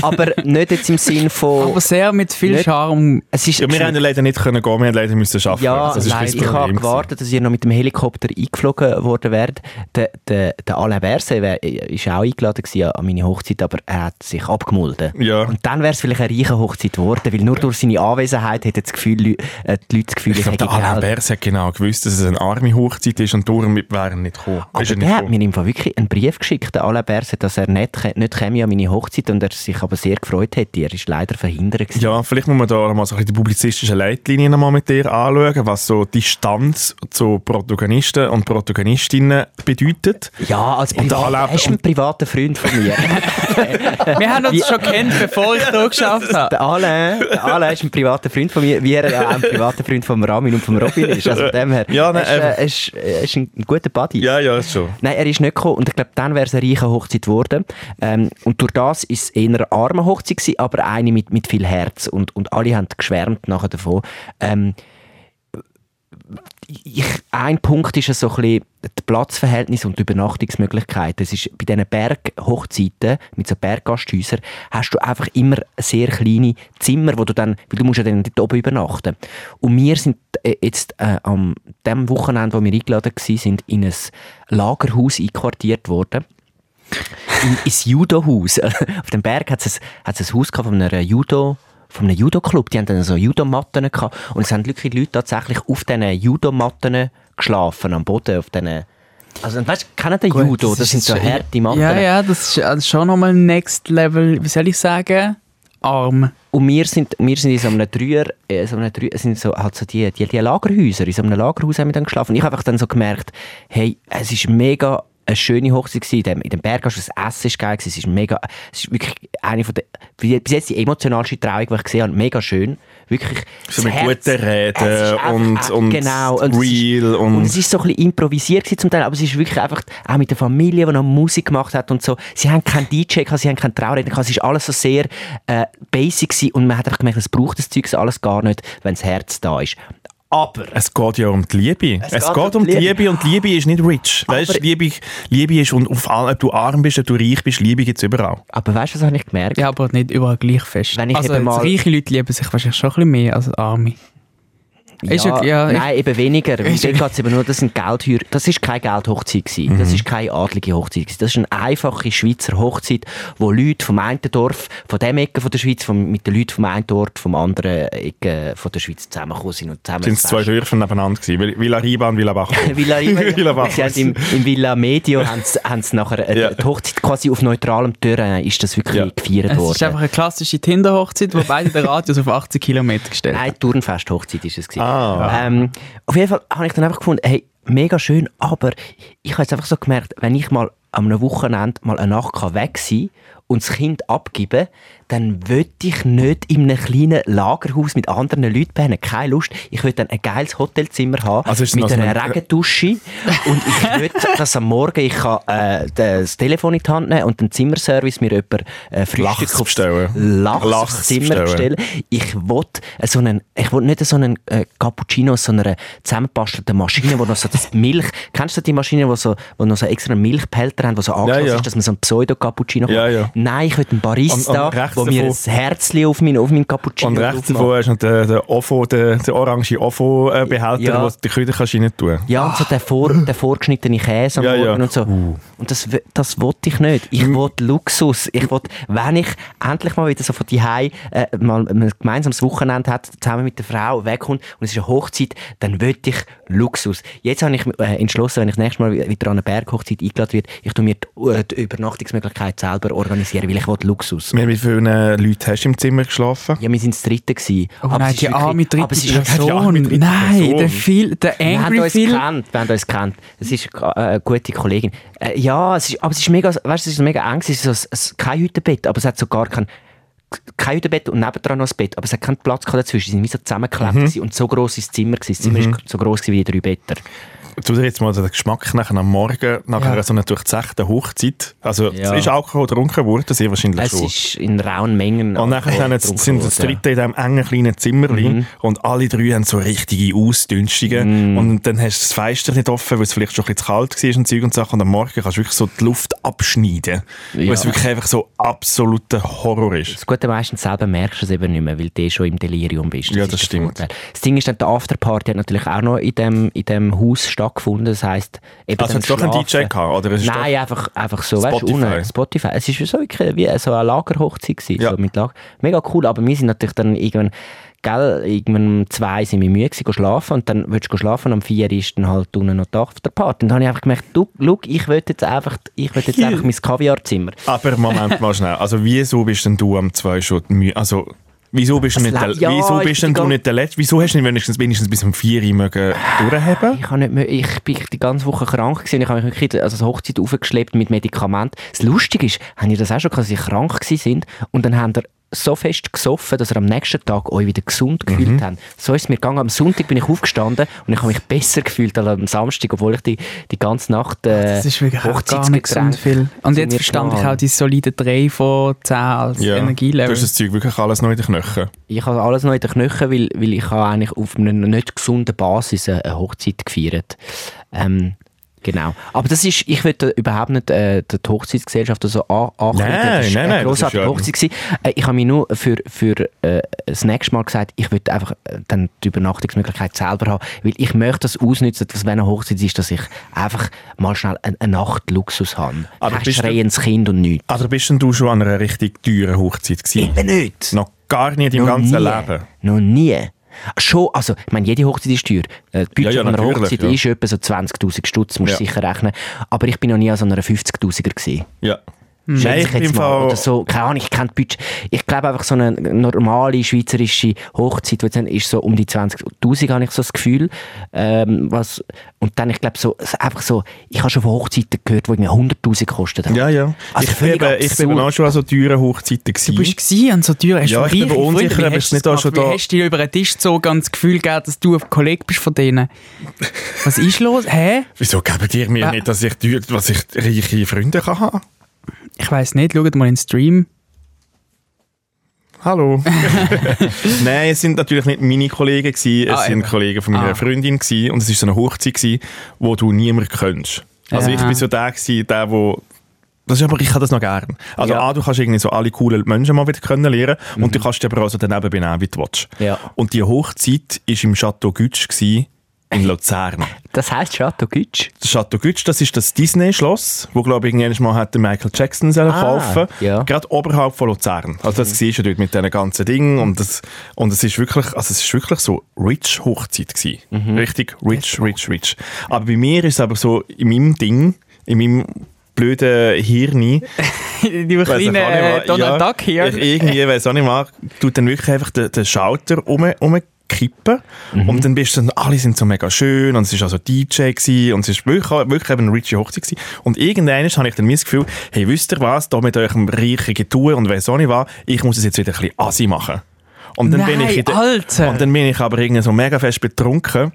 Aber nicht jetzt im Sinn von...
Aber sehr mit viel
Nicht-
Charme.
es ist
Ja, wir haben leider nicht können gehen, wir haben leider müssen arbeiten.
Ja,
das ist ein
leider.
bisschen
ich
das
habe
Problem
gewartet, dass ihr noch mit dem Helikopter eingeflogen worden wärt. Der, der, der Alain Berset wär- äh, ist auch eingeladen gewesen an meine Hochzeit, aber er hat sich abgemulden.
Ja.
Und dann wäre es vielleicht eine reiche Hochzeit geworden, weil nur durch seine Anwesenheit hätten das Gefühl, Leu- äh, die Leute das Gefühl,
Ich
ich
glaube,
hätte
der Alain
Geld.
Bers hat genau gewusst, dass es eine arme Hochzeit ist und darum wäre er nicht gekommen.
Aber
ist er
der
nicht
hat
gekommen.
mir im Fall wirklich einen Brief geschickt, der Alain Berset, dass er nicht, kä- nicht käme an meine Hochzeit und er sich aber sehr gefreut hätte. Er ist leider verhindert gewesen.
Ja, vielleicht muss man da noch mal so ein bisschen die publizistische Leitlinie noch mal mit dir anschauen, was so die Distanz zu Protagonisten und Protagonistinnen bedeutet.
Ja, als
Und der
Privat,
Alain-
er ist ein privater Freund von mir.
Wir haben uns schon kennt, bevor ich hier geschafft habe.
Der Alain, der Alain ist ein privater Freund von mir, wie er auch ein privater Freund von Ramin und von Robin ist. Also von dem her.
Ja, nein,
er, ist, äh, er, ist, er ist ein guter Buddy.
Ja, ja, ist schon.
Nein, er ist nicht gekommen und ich glaube, dann wäre es eine reiche Hochzeit geworden. Ähm, und durch das ist es eher eine arme Hochzeit gewesen, aber eine mit, mit viel Herz und, und alle haben geschwärmt nachher davon. Ähm, ich, ein Punkt ist ja so ein bisschen das Platzverhältnis und die Übernachtungsmöglichkeiten. Es ist bei diesen Berghochzeiten mit so Berggasthäusern hast du einfach immer sehr kleine Zimmer, wo du dann, weil du musst ja dann dort oben übernachten. Und wir sind äh, jetzt äh, am dem Wochenende, wo wir eingeladen waren, sind in ein Lagerhaus einquartiert worden in, ins Judo-Haus. Auf dem Berg hat es ein, hat's ein Haus gehabt von einer Judo- von einem Judo-Club. Die haben dann so Judomatten gehabt. Und es haben wirklich Leute tatsächlich auf diesen Judomatten geschlafen, am Boden, auf diesen. Also, und weißt du, kennt ihr
Gut,
Judo?
das
Das
ist
sind so
jetzt-
harte Matten.
Ja, ja, das ist also schon nochmal Next Level, wie soll ich sagen? Arm.
Und wir sind, wir sind in so einem Dreier, äh, so einem Dreier sind so, halt so die, die, die Lagerhäuser, in so einem Lagerhaus haben wir dann geschlafen. Und ich habe einfach dann so gemerkt, hey, es ist mega eine schöne Hochzeit gewesen. In dem, in dem Berg hast du das Essen ist geil gewesen. Es ist mega, es ist wirklich eine von der, wie- bis jetzt die emotionalste Trauung, die ich gesehen habe. Mega schön. Wirklich.
So
das
mit
Herz-
guten Reden
Es ist einfach-
und- und
genau. und es ist-
real und-
und es ist so ein bisschen improvisiert gewesen zum Teil, aber es ist wirklich einfach auch mit der Familie, die noch Musik gemacht hat und so. Sie haben keinen DJ gehabt, sie haben keinen Trauredner gehabt, es ist alles so sehr äh, basic gewesen und man hat einfach gemerkt, es braucht das Zeug alles gar nicht, wenn das Herz da ist. Aber
Es geht ja um die Liebe. Es, geht, um die Liebe. und Liebe ist nicht rich. Weißt du,
Aber-
Liebe, Liebe ist, und auf all, ob du arm bist, ob du reich bist, Liebe gibt es überall.
aber weißt du, was habe ich gemerkt?
Ja, aber nicht überall gleich fest.
Wenn ich
also jetzt
eben mal-
reiche Leute lieben sich wahrscheinlich schon ein bisschen mehr als Arme. Ist ja- ja,
nein, eben weniger. Weil
Ist-
dort geht's eben nur, das sind Geldhür das ist keine Geldhochzeit gewesen.
Mhm.
Das ist keine adlige Hochzeit gewesen. Das ist eine einfache Schweizer Hochzeit, wo Leute vom einen Dorf, von dem Ecke von der Schweiz, vom, mit den Leuten vom einen Ort, vom anderen Ecke von der Schweiz zusammengekommen sind und zusammen
Sind es zwei Dörfer nebeneinander gewesen? Vill- Villa Riba und Villa Bach.
Villa
Villa
Riva,
Bachhaus.
sie haben im, im Villa Medio haben sie, haben sie nachher äh,
Ja.
die Hochzeit quasi auf neutralem Terrain ist das wirklich
Ja.
gefeiert
Es
worden.
ist einfach eine klassische Tinder-Hochzeit, wo beide den Radius auf 80 Kilometer gestellt haben.
Nein, Turnfest-Hochzeit war es. gewesen.
Ah.
Ähm, auf jeden Fall habe ich dann einfach gefunden, hey, mega schön, aber ich habe jetzt einfach so gemerkt, wenn ich mal am einem Wochenende mal eine Nacht kann weg sein und das Kind abgeben, dann will ich nicht in einem kleinen Lagerhaus mit anderen Leuten pennen. Keine Lust. Ich will dann ein geiles Hotelzimmer haben
Also ist es noch
mit
so
einer
ein-
Regendusche und ich will, dass am Morgen ich kann, äh, das Telefon in die Hand nehmen und den Zimmerservice mir jemand äh, Frühstück
Lachs
aufs-
bestellen.
Lachs,
Lachs
aufs Zimmer
bestellen.
bestellen. Ich will, so einen, ich will nicht so einen äh, Cappuccino aus so einer zusammengebastelten Maschine, wo noch so das Milch... Kennst du die Maschine, wo, so, wo noch so extra Milchbehälter haben, wo so angeschlossen
ja.
ist, dass man so einen Pseudo-Cappuccino
Ja,
kann?
ja.
Nein, ich will einen Barista,
Und- und rechts
wo mir ein
davon-
Herzchen auf meinen auf meinen Cappuccino
Und rechts
drauf macht.
davon hast du noch den, den, Ofo, den, den orange Ofo-Behälter,
Ja.
wo du die Kühe kannst rein tun kannst.
Ja, und so der, vor, der vorgeschnittene Käse am
Ja, ja.
Morgen und so.
Uh.
Und das, w- das wollte ich nicht. Ich
Hm.
wollte Luxus. Ich wollte, wenn ich endlich mal wieder so von die Hei äh, mal ein gemeinsames Wochenende hat, zusammen mit der Frau wegkommt und es ist eine Hochzeit, dann wollte ich Luxus. Jetzt habe ich äh, entschlossen, wenn ich das nächste Mal wieder an eine Berghochzeit eingeladen werde, ich tu mir die, äh, die Übernachtungsmöglichkeit selber organisieren, weil ich wollte
Hm.
Luxus.
Mit Wie viele Leute hast du im Zimmer geschlafen?
Ja, wir sind das dritte gewesen.
Oh
es
nein, die
ist wirklich-
arme dritte
aber es ist wirklich-
die
Person.
arme dritte
Nein,
Person.
der, Phil, der
Wir haben
Angry
uns
Phil.
kennt, wir haben uns kennt. Es ist äh, eine gute Kollegin. Äh, ja, es ist, aber es ist mega, weißt, es ist mega eng. Es ist so ein, ein, kein Hüttenbett, aber es hat so gar kein, kein Hüttenbett und nebendran noch ein Bett, aber es hat keinen Platz gehabt dazwischen. Sie sind wie so zusammengeklebt
Mhm.
gewesen und so gross ist das Zimmer gewesen. Das Zimmer ist so gross gewesen wie die drei Betten.
Tu dir jetzt mal den Geschmack nachher am Morgen, nach
Ja.
einer so einer durchzechten Hochzeit. Also,
Ja.
es ist Alkohol getrunken worden, sehr wahrscheinlich
Es
schon.
ist in rauen Mengen.
Und nachher
Alkohol
sind jetzt-
getrunken
sind das
worden.
dritte in diesem engen kleinen Zimmerli
Mhm.
und alle drei haben so richtige Ausdünstungen und dann hast du das Fenster nicht offen, weil es vielleicht schon ein bisschen zu kalt war und Zeug und Sachen und am Morgen kannst du wirklich so die Luft abschneiden, weil es wirklich einfach so absoluter Horror ist.
Das Gute meistens selber merkst du es eben nicht mehr, weil du eh schon im Delirium bist.
Ja,
ist
das
der
stimmt.
Vorteil. Das Ding ist dann, die Afterparty hat natürlich auch noch in dem, in dem Haus stattgefunden. Das heisst, eben
Also
dann
hat es doch einen
schlafen.
DJ gehabt? Oder es ist
Nein, einfach, einfach so, weißt du,
Spotify.
unten, Spotify. Es war so wirklich wie so eine Lagerhochzeit. Gewesen,
Ja.
so mit Lager. Mega cool, aber wir sind natürlich dann irgendwann, gell, irgendwann um zwei sind wir müde gewesen, gehen schlafen und dann willst du gehen schlafen, am vier ist dann halt unten noch die Afterparty. Und dann habe ich einfach gemerkt, du, look, ich will jetzt einfach, ich will jetzt einfach mein Kaviarzimmer.
doch- Aber Moment mal schnell, also wieso bist denn du am 2 schon müde? Also, wieso bist, du nicht,
le-
der,
ja,
wieso
ich
bist
bin
denn du
gar-
nicht der Letzte? Wieso hast du nicht wenigstens, wenigstens bis um 4 Uhr mögen durchhaben?
Ah, Ich, kann nicht mehr, ich bin die ganze Woche krank gewesen. Ich habe mich wirklich also die Hochzeit aufgeschleppt mit Medikamenten. Das Lustige ist, haben ihr das auch schon, gehabt, dass sie krank gewesen sind und dann haben ihr so fest gesoffen, dass ihr am nächsten Tag euch wieder gesund
Mhm.
gefühlt haben. So ist es mir gegangen. Am Sonntag bin ich aufgestanden und ich habe mich besser gefühlt als am Samstag, obwohl ich die, die ganze Nacht äh,
Ah, Das ist wirklich auch gar nicht
Hochzeitsgetränke
gesund, Phil. Und
zu
jetzt
mir
verstand ich
genommen
auch die solide 3 von 10 als
Du
Energielevel.
hast das Zeug wirklich alles noch in den Knöcheln.
Ich habe alles noch in den Knöcheln, weil, weil ich habe eigentlich auf einer nicht gesunden Basis eine eine Hochzeit gefeiert. Ähm, genau. Aber das ist, ich will da überhaupt nicht äh, der Hochzeitsgesellschaft so an ankreiden.
Nein,
das ist
nein,
eine
nein, das ist
grossartige
ja-
Hochzeit gewesen. Äh, ich habe mir nur für, für äh, das nächste Mal gesagt, ich will einfach äh, dann die Übernachtungsmöglichkeit selber haben, weil ich möchte das ausnutzen, dass wenn eine Hochzeit ist, dass ich einfach mal schnell eine, eine Nacht Luxus habe.
Aber
Kein
bist du-
schreiendes Kind und nichts.
Aber bist denn du schon an einer richtig teuren Hochzeit gewesen?
Eben nicht.
Noch Gar nie in deinem
Noch
ganzen
nie.
Leben.
Noch nie. Schon, also, ich meine, jede Hochzeit ist teuer. Äh, Die
Ja,
Budget
ja,
von einer
natürlich,
Hochzeit
ja.
ist etwa so 20'000 Stutz, musst du
Ja.
sicher rechnen. Aber ich bin noch nie an so einer 50'000er gewesen.
Ja. Hm.
Schätze
Nein,
ich
ich bin
jetzt
im
mal.
Fall.
Oder so, keine Ahnung, ich kenne die Budget. Ich glaube einfach, so eine normale schweizerische Hochzeit die jetzt haben, ist so um die 20'000, habe ich so das Gefühl. Ähm, was, und dann, ich glaube, so, so einfach so, ich habe schon von Hochzeiten gehört, die irgendwie 100'000 gekostet haben.
Ja, ja.
Also
ich bin,
völlig
eben- ich bin eben
absurd.
auch schon an so teuren Hochzeiten gewesen.
Du bist gsi an so Türen. Hast
Ja,
du
ich bin
reiche
aber
Freunde?
unsicher,
Wie
ob
hast
es
du
nicht
das
auch schon
gemacht?
da-
Wie hast du dich über den Tisch so ganz das Gefühl gegeben, dass du ein Kollege bist von denen? Was ist los? Hä?
Wieso geben die mir
Ah.
nicht, dass ich, teuer- was ich reiche Freunde kann haben?
Ich weiß nicht. Schaut mal in den Stream.
Hallo. Nein, es sind natürlich nicht meine Kollegen gewesen, es
Ah,
sind
eben.
Kollegen von meiner
Ah.
Freundin gewesen, und es ist so eine Hochzeit gewesen, wo du niemand kennst. Also
Ja.
ich bin so der gewesen, der wo das ist aber, ich habe das noch gern. Also
Ja.
A, du kannst irgendwie so alle coolen Menschen mal wieder kennenlernen
Mhm.
und du kannst dich aber auch so daneben benehmen, wie du willst.
Ja.
Und die Hochzeit war im Chateau Gütsch gewesen, in Luzern.
Das heisst Chateau Gütsch.
Das Chateau Gütsch, das ist das Disney-Schloss, wo, glaube ich, irgendwann mal hat der Michael Jackson sollen
Ah,
kaufen
ja. Mhm.
Gerade oberhalb von Luzern. Also das siehst du dort mit diesen ganzen Dingen und das, und es ist wirklich, also es ist wirklich so Rich-Hochzeit gewesen.
Mhm.
Richtig rich, rich, rich. Aber bei mir ist es aber so, in meinem Ding, in meinem blöden Hirn,
Die
weiss ich
kleine
auch nicht,
äh,
was-
Donald
ja,
Duck hier.
Ich irgendwie, weiss auch nicht mal, tut dann wirklich einfach den, den Schalter um, umkippen
Mhm.
und dann bist du dann, alle sind so mega schön und es ist also DJ gewesen, und es ist wirklich, auch- wirklich eben eine richtige Hochzeit gewesen. Und irgendwann habe ich dann mein Gefühl, hey, wisst ihr was, da mit eurem reichen Getue und weiss auch nicht was, ich muss es jetzt wieder ein bisschen assi machen. Und dann bin
Nein,
ich in der-
Alter!
Und dann bin ich aber irgendwie so mega fest betrunken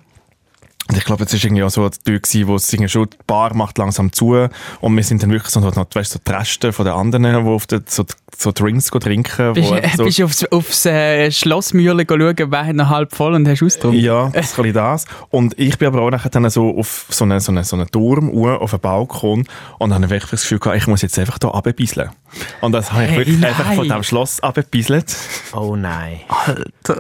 und ich glaube, es war irgendwie auch so ein Tag, gewesen, wo es irgendwie schon die Bar macht langsam zu und wir sind dann wirklich so, noch, weißt, so die Reste von den anderen, die auf den, so, so Drinks go trinken.
Bist
wo
du
so,
bist aufs, aufs äh, Schlossmühle schauen, wer hat noch halb voll und hast ausgetrunken?
ja, das ist ein bisschen das. Und ich bin aber auch nachher dann so auf so einen so eine, so eine Turm hoch, auf einen Balkon und dann habe ich wirklich das Gefühl gehabt, ich muss jetzt einfach hier runterbieseln. Und das habe ich
Hey,
wirklich
nein.
einfach von diesem Schloss runterbieselt.
Oh nein.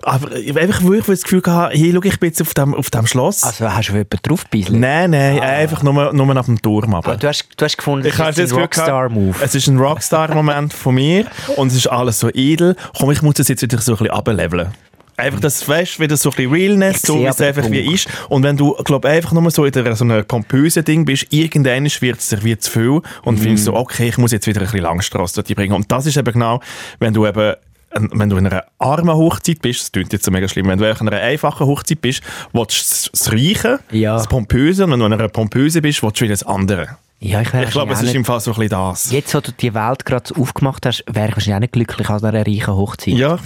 Aber ich- einfach wirklich das Gefühl gehabt, hey, schau, ich bin jetzt auf dem, auf dem Schloss.
Also hast du jemanden draufgebisselt?
nein, nein, einfach nur, nur auf dem Turm runter.
Ah, Du hast, du hast gefunden,
Ich habe
das
jetzt
ist ein
das Gefühl gehabt,
Rockstar-Move.
Es ist ein Rockstar-Moment von mir und es ist alles so edel. Komm, ich muss das jetzt wieder so ein bisschen ableveln. Einfach das weißt, wieder so ein bisschen Realness,
Ich
so
sehe
wie es
aber den
einfach wie
Punkt.
ist. Und wenn du, glaub einfach nur so in der, so einer pompösen Ding bist, irgendwann wird es dir wie zu viel und
Mhm.
findest so, okay, ich muss jetzt wieder ein bisschen Langstrasse dort bringen. Und das ist eben genau, wenn du eben ein- wenn du in einer armen Hochzeit bist, das klingt jetzt so mega schlimm, wenn du einfach in einer einfachen Hochzeit bist, willst du das Reiche,
Ja.
das Pompöse, und wenn du in einer Pompöse bist, willst du wieder das Andere.
Ja, ich wäre
Ich glaube, es ist
wahrscheinlich
im
auch
Fall so ein bisschen das.
nicht, jetzt, wo du die Welt gerade so aufgemacht hast, wäre ich wahrscheinlich auch nicht glücklich an einer reichen Hochzeit.
Ja.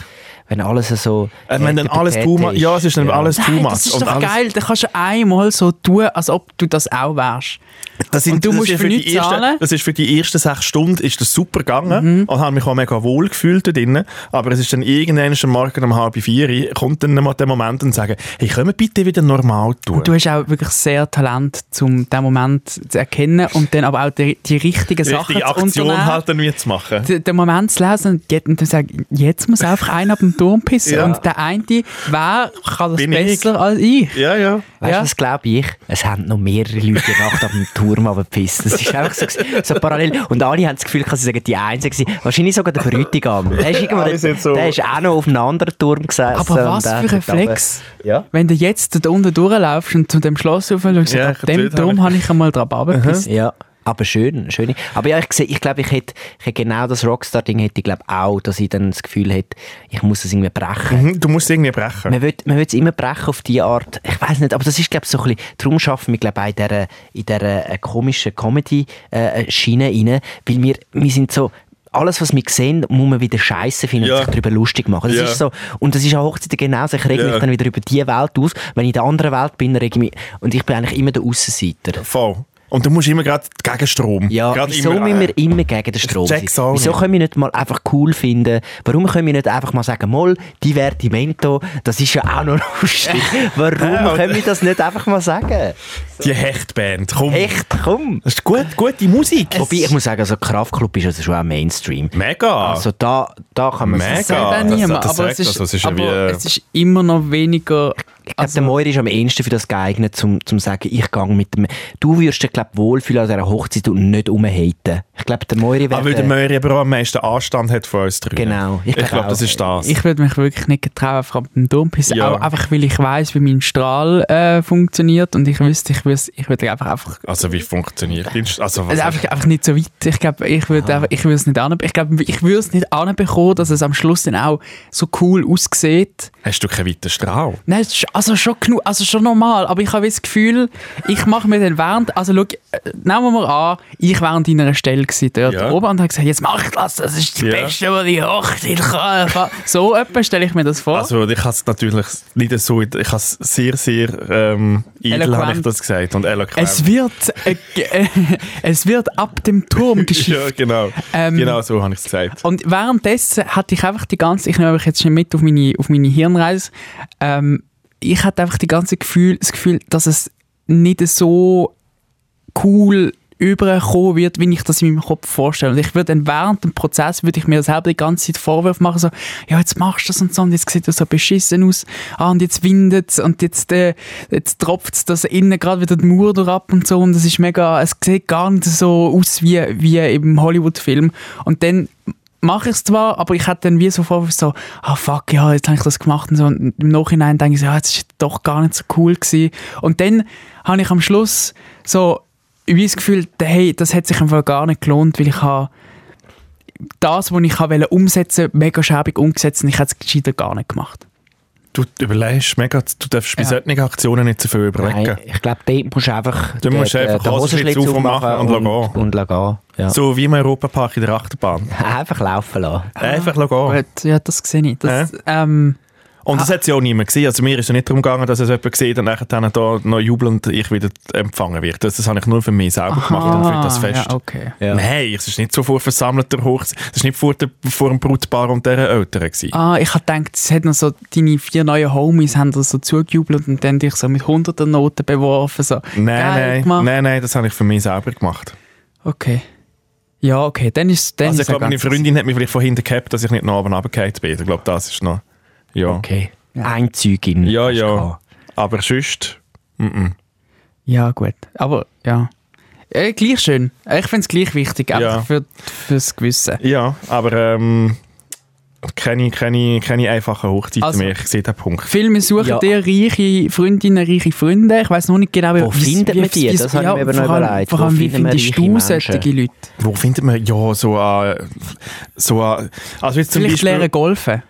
Wenn alles so...
Äh, wenn dann alles
Erdbeerpatete
too much,
ist,
ja, es ist dann alles too
Nein,
much.
das ist
und
doch
alles,
geil. Da kannst du einmal so tun, als ob du das auch wärst.
Das sind,
Und du
das
musst
ist
für nichts
die ersten,
zahlen? Mhm.
Das ist für die ersten sechs Stunden ist das super gegangen und habe mich auch mega wohl gefühlt da drinnen. Aber es ist dann irgendwann am Morgen um halb vier, kommt dann mal der Moment und sagen, hey, können wir bitte wieder normal tun?
Du hast auch wirklich sehr Talent, um diesen Moment zu erkennen und dann aber auch die, die richtigen
die
Sachen
richtige
zu unternehmen.
Aktion halt dann wieder zu machen.
D- Den Moment zu lesen und jetzt- und dann sagen, jetzt muss einfach einer auf den Turm pissen.
Ja.
Und der eine, wer kann das
Bin ich.
besser als ich?
Ja, ja.
Weißt du,
Ja.
was glaube ich? Es haben noch mehrere Leute die Nacht auf dem Turm runtergepisst. Das ist einfach so, gewesen, so parallel. Und alle haben das Gefühl, dass sie sagen, die Einzigen waren. Wahrscheinlich sogar der Bräutigam. Der ist, irgendwo,
Alle sind so-
der ist auch noch auf einem anderen Turm gesessen.
Aber was
und der
für ein
hat runter-
Flex.
Ja.
Wenn du jetzt dort unten durchlaufst und zu dem Schloss rauf schaust,
Ja,
ja,
ich-
ab dem
dort
Turm
habe
habe ich einmal drauf runtergepisst.
Ja, aber schön, schön. Aber ja, ich, seh- ich glaube, ich hätte ich hätt genau das Rockstar-Ding hätte ich glaube auch, dass ich dann das Gefühl hätte, ich muss es irgendwie brechen.
Mhm, Du musst es irgendwie brechen.
Man will, man will es immer brechen auf diese Art. Ich weiß nicht, aber das ist, glaube ich, so ein bisschen. Darum schaffen wir, glaube ich, auch in dieser, in dieser äh, komischen Comedy-Schiene rein, weil wir, wir sind so. Alles, was wir sehen, muss man wieder scheiße finden
Ja.
und sich darüber lustig machen. Das
Ja.
ist so. Und das ist an Hochzeiten genauso. Ich reg
Ja.
mich dann wieder über diese Welt aus. Wenn ich in der anderen Welt bin, reg ich mich. Und ich bin eigentlich immer der Aussenseiter.
Voll. Und du musst immer gerade gegen Strom.
Ja,
Gerade
wieso
immer-
müssen wir immer gegen den Strom sein?
check's auch
Wieso
nicht.
können wir nicht mal einfach cool finden? Warum können wir nicht einfach mal sagen, mal, Divertimento, das ist ja auch noch lustig. Warum können wir das nicht einfach mal sagen?
äh, Die Hechtband, komm.
Echt, komm.
Das ist gut, gute Musik.
Wobei, ich muss sagen, also Kraftclub ist also schon auch Mainstream.
Mega.
Also da, da kann man
Mega.
Das sagt auch
das-
niemand.
das
aber
sagt
es ist,
das, das ist ja
aber
wie, äh,
es ist immer noch weniger
glaube,
also
der Moira ist am ehesten für das geeignet, zum, zum sagen, ich gehe mit dem... Du würdest dich, glaube wohlfühlen an dieser Hochzeit und nicht rumhaten. Ich glaube, der Moira
Aber Ah, weil der Möri aber auch am meisten Anstand hat von uns drei.
äh, Genau.
Ich,
Ich glaub
glaube, das
auch.
ist das.
Ich würde mich wirklich nicht getrauen, vor allem dem Dumpis.
Ja.
Auch einfach, weil ich weiß, wie mein Strahl äh, funktioniert und ich wüsste, ich wüsste, ich würde einfach einfach,
also wie funktioniert das? Also, was
also einfach, einfach nicht so weit. Ich glaube, ich würde einfach- ich würde es nicht anbe- ich glaube, ich würde es nicht anbekommen, dass es am Schluss dann auch so cool aussieht.
hast du keinen weiten Strahl?
Nein, es ist also schon genug, also schon normal, aber ich habe wie das Gefühl, ich mache mir den während, also schau, äh, nehmen wir mal an, ich wäre an deiner Stelle gewesen, dort
Ja.
oben und habe gesagt, jetzt mach das, das ist das
Ja.
Beste, was ich Hochzeit kann. kann. So etwa stelle ich mir das vor.
Also ich habe es natürlich nicht so, ich habe es sehr, sehr ähm, edel,
Eloquent.
habe ich das gesagt und eloquent.
Es wird, äh, g- äh, es wird ab dem Turm
ja,
geschifft.
genau.
Ähm,
genau so habe ich es gesagt.
Und währenddessen hatte ich einfach die ganze, ich nehme euch jetzt schon mit auf meine, auf meine Hirnreise, ähm, ich hatte einfach die ganze Gefühl, das Gefühl, dass es nicht so cool überkommen wird, wie ich das in meinem Kopf vorstelle. Und ich würde dann während dem Prozess, würde ich mir selber die ganze Zeit Vorwürfe machen, so, ja, jetzt machst du das und so, und jetzt sieht das so beschissen aus, ah, und jetzt windet es, und jetzt, äh, jetzt tropft es das innen gerade wieder die Mauer durch ab und so, und es ist mega, es sieht gar nicht so aus wie, wie im Hollywood-Film. Und dann mache ich es zwar, aber ich hatte dann wie so Vorwürfe, so, ah, fuck, ja, jetzt habe ich das gemacht und so, und im Nachhinein denke ich so, ja, jetzt ist es doch gar nicht so cool gewesen. Und dann habe ich am Schluss so, wie das Gefühl, hey, das hat sich einfach gar nicht gelohnt, weil ich habe das, was ich wollte umsetzen wollte, mega schäbig umgesetzt und ich hätte es gescheiter gar nicht gemacht.
Du überlegst mega, du darfst bei
Ja.
solchen Aktionen nicht zu viel überlegen.
Nein, ich glaube, dort musst du einfach
Du musst einfach Hosenschlitz aufmachen und
und,
lassen
und,
gehen.
lassen gehen. Ja.
So wie im Europapark in der Achterbahn.
Einfach laufen lassen.
Einfach lassen gehen.
Aber ja, das sehe ich. Das, ähm,
Und das hat sie auch niemand gesehen. Also mir ist es nicht darum gegangen, dass es jemand sieht und nachher dann da noch jubelnd ich wieder empfangen wird. Das, das habe ich nur für mich selber gemacht und für das
ah,
Fest.
Ja, okay.
Ja.
Nein, es ist nicht so vor versammelter Hochzeit. Es ist nicht vor, der, vor dem Brutpaar und deren Eltern gewesen.
Ah, ich habe gedacht, es hat noch so, deine vier neuen Homies haben dir so zugejubelt und dann dich so mit hunderter Noten beworfen. So. Geil
Nein, nein,
gemacht.
nein, nein, das habe ich für mich selber gemacht.
Okay. Ja, okay, dann ist dann
also ich
ist
glaube,
ja
meine
ganz-
Freundin hat mich vielleicht von hinten gehabt, dass ich nicht noch oben runtergefallen bin. Ich glaube, das ist noch... Ja.
Okay. Einzügin.
Ja,
hast du
ja.
gehabt.
Aber sonst... Mm -mm.
Ja, gut. Aber ja. Äh, gleich schön. Äh, Ich finde es gleich wichtig, einfach
Ja.
für, fürs Gewissen.
Ja, aber ähm, keine, keine, keine einfachen Hochzeiten
Also-
mehr. Ich sehe den Punkt.
Filme suchen
Ja.
dir reiche Freundinnen, reiche Freunde. Ich weiß noch nicht genau,
Wo findet man die? Das habe ich mir eben noch
vor allem-
überlegt.
Vor
Wo
allem, wie
findet man
findest
reiche
du
Menschen?
solche Leute?
Wo findet man... Ja, so an... So an also jetzt zum
Vielleicht
Beispiel...
lernen golfen.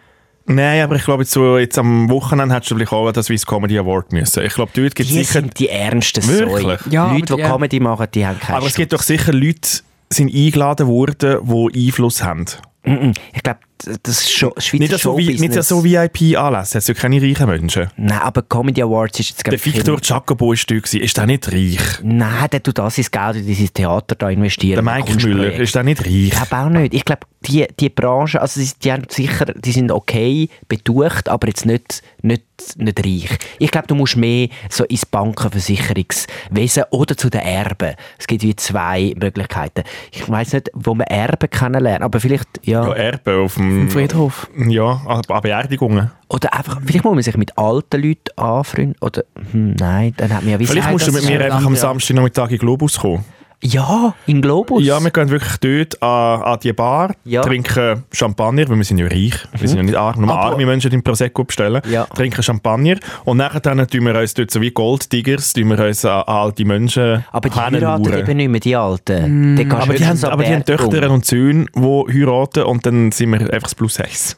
Nein, aber ich glaube, jetzt, so, jetzt am Wochenende hättest du vielleicht auch das Swiss Comedy Award müssen. Ich glaube, dort gibt es
Die
sicher...
sind die ernsten
Wirklich?
Säue.
Ja,
Leute,
aber
die
die-
Comedy machen, die haben keinen
Aber es gibt
Schutz.
doch sicher Leute, sind eingeladen worden, die Einfluss haben.
Mm, mm. Ich glaube, das ist schon Schweizer
Nicht so, wie,
Showbusiness.
nicht so VIP-Anlässe, es sind keine reichen Menschen.
Nein, aber Comedy Awards ist jetzt
Der
glaub ich,
Victor Jacobo ist teuer gewesen. Ist der nicht reich?
Nein, der tut das sein Geld in dieses Theater da investieren.
Der Mike Müller,
Kunstprojekt.
ist der nicht reich?
Ich glaube auch nicht. Ich glaube, die, die Branche, also die, die haben sicher, die sind okay betucht, aber jetzt nicht, nicht, nicht reich. Ich glaube, du musst mehr so ins Bankenversicherungswesen oder zu den Erben. Es gibt wie zwei Möglichkeiten. Ich weiß nicht, wo man Erben kennenlernt, aber vielleicht, ja.
Ja, Erbe auf dem...
Friedhof.
Ja, an an Beerdigungen.
Oder einfach, vielleicht muss man sich mit alten Leuten anfreunden. Oder, hm, nein, dann hat man ja wie
Vielleicht
Nein,
musst du
das
mit
ist
mir
ein
einfach am
anderer.
Samstagnachmittag in Globus kommen.
Ja, in Globus.
Ja, wir gehen wirklich dort an, an die Bar,
Ja.
trinken Champagner, weil wir sind ja reich, wir sind ja nicht arm, nur
Aber-
arme Menschen die im Prosecco bestellen,
Ja.
trinken Champagner und nachher dann tun wir uns dort so wie Golddiggers, tun wir uns an alte Menschen
aber die
hinlauern.
heiraten eben nicht mehr, die Alten. Dann kannst
Hm.
du
aber die
höchstens
haben,
an
aber die haben
Berg
Töchter und Söhne, die heiraten und dann sind wir einfach das Plus 1.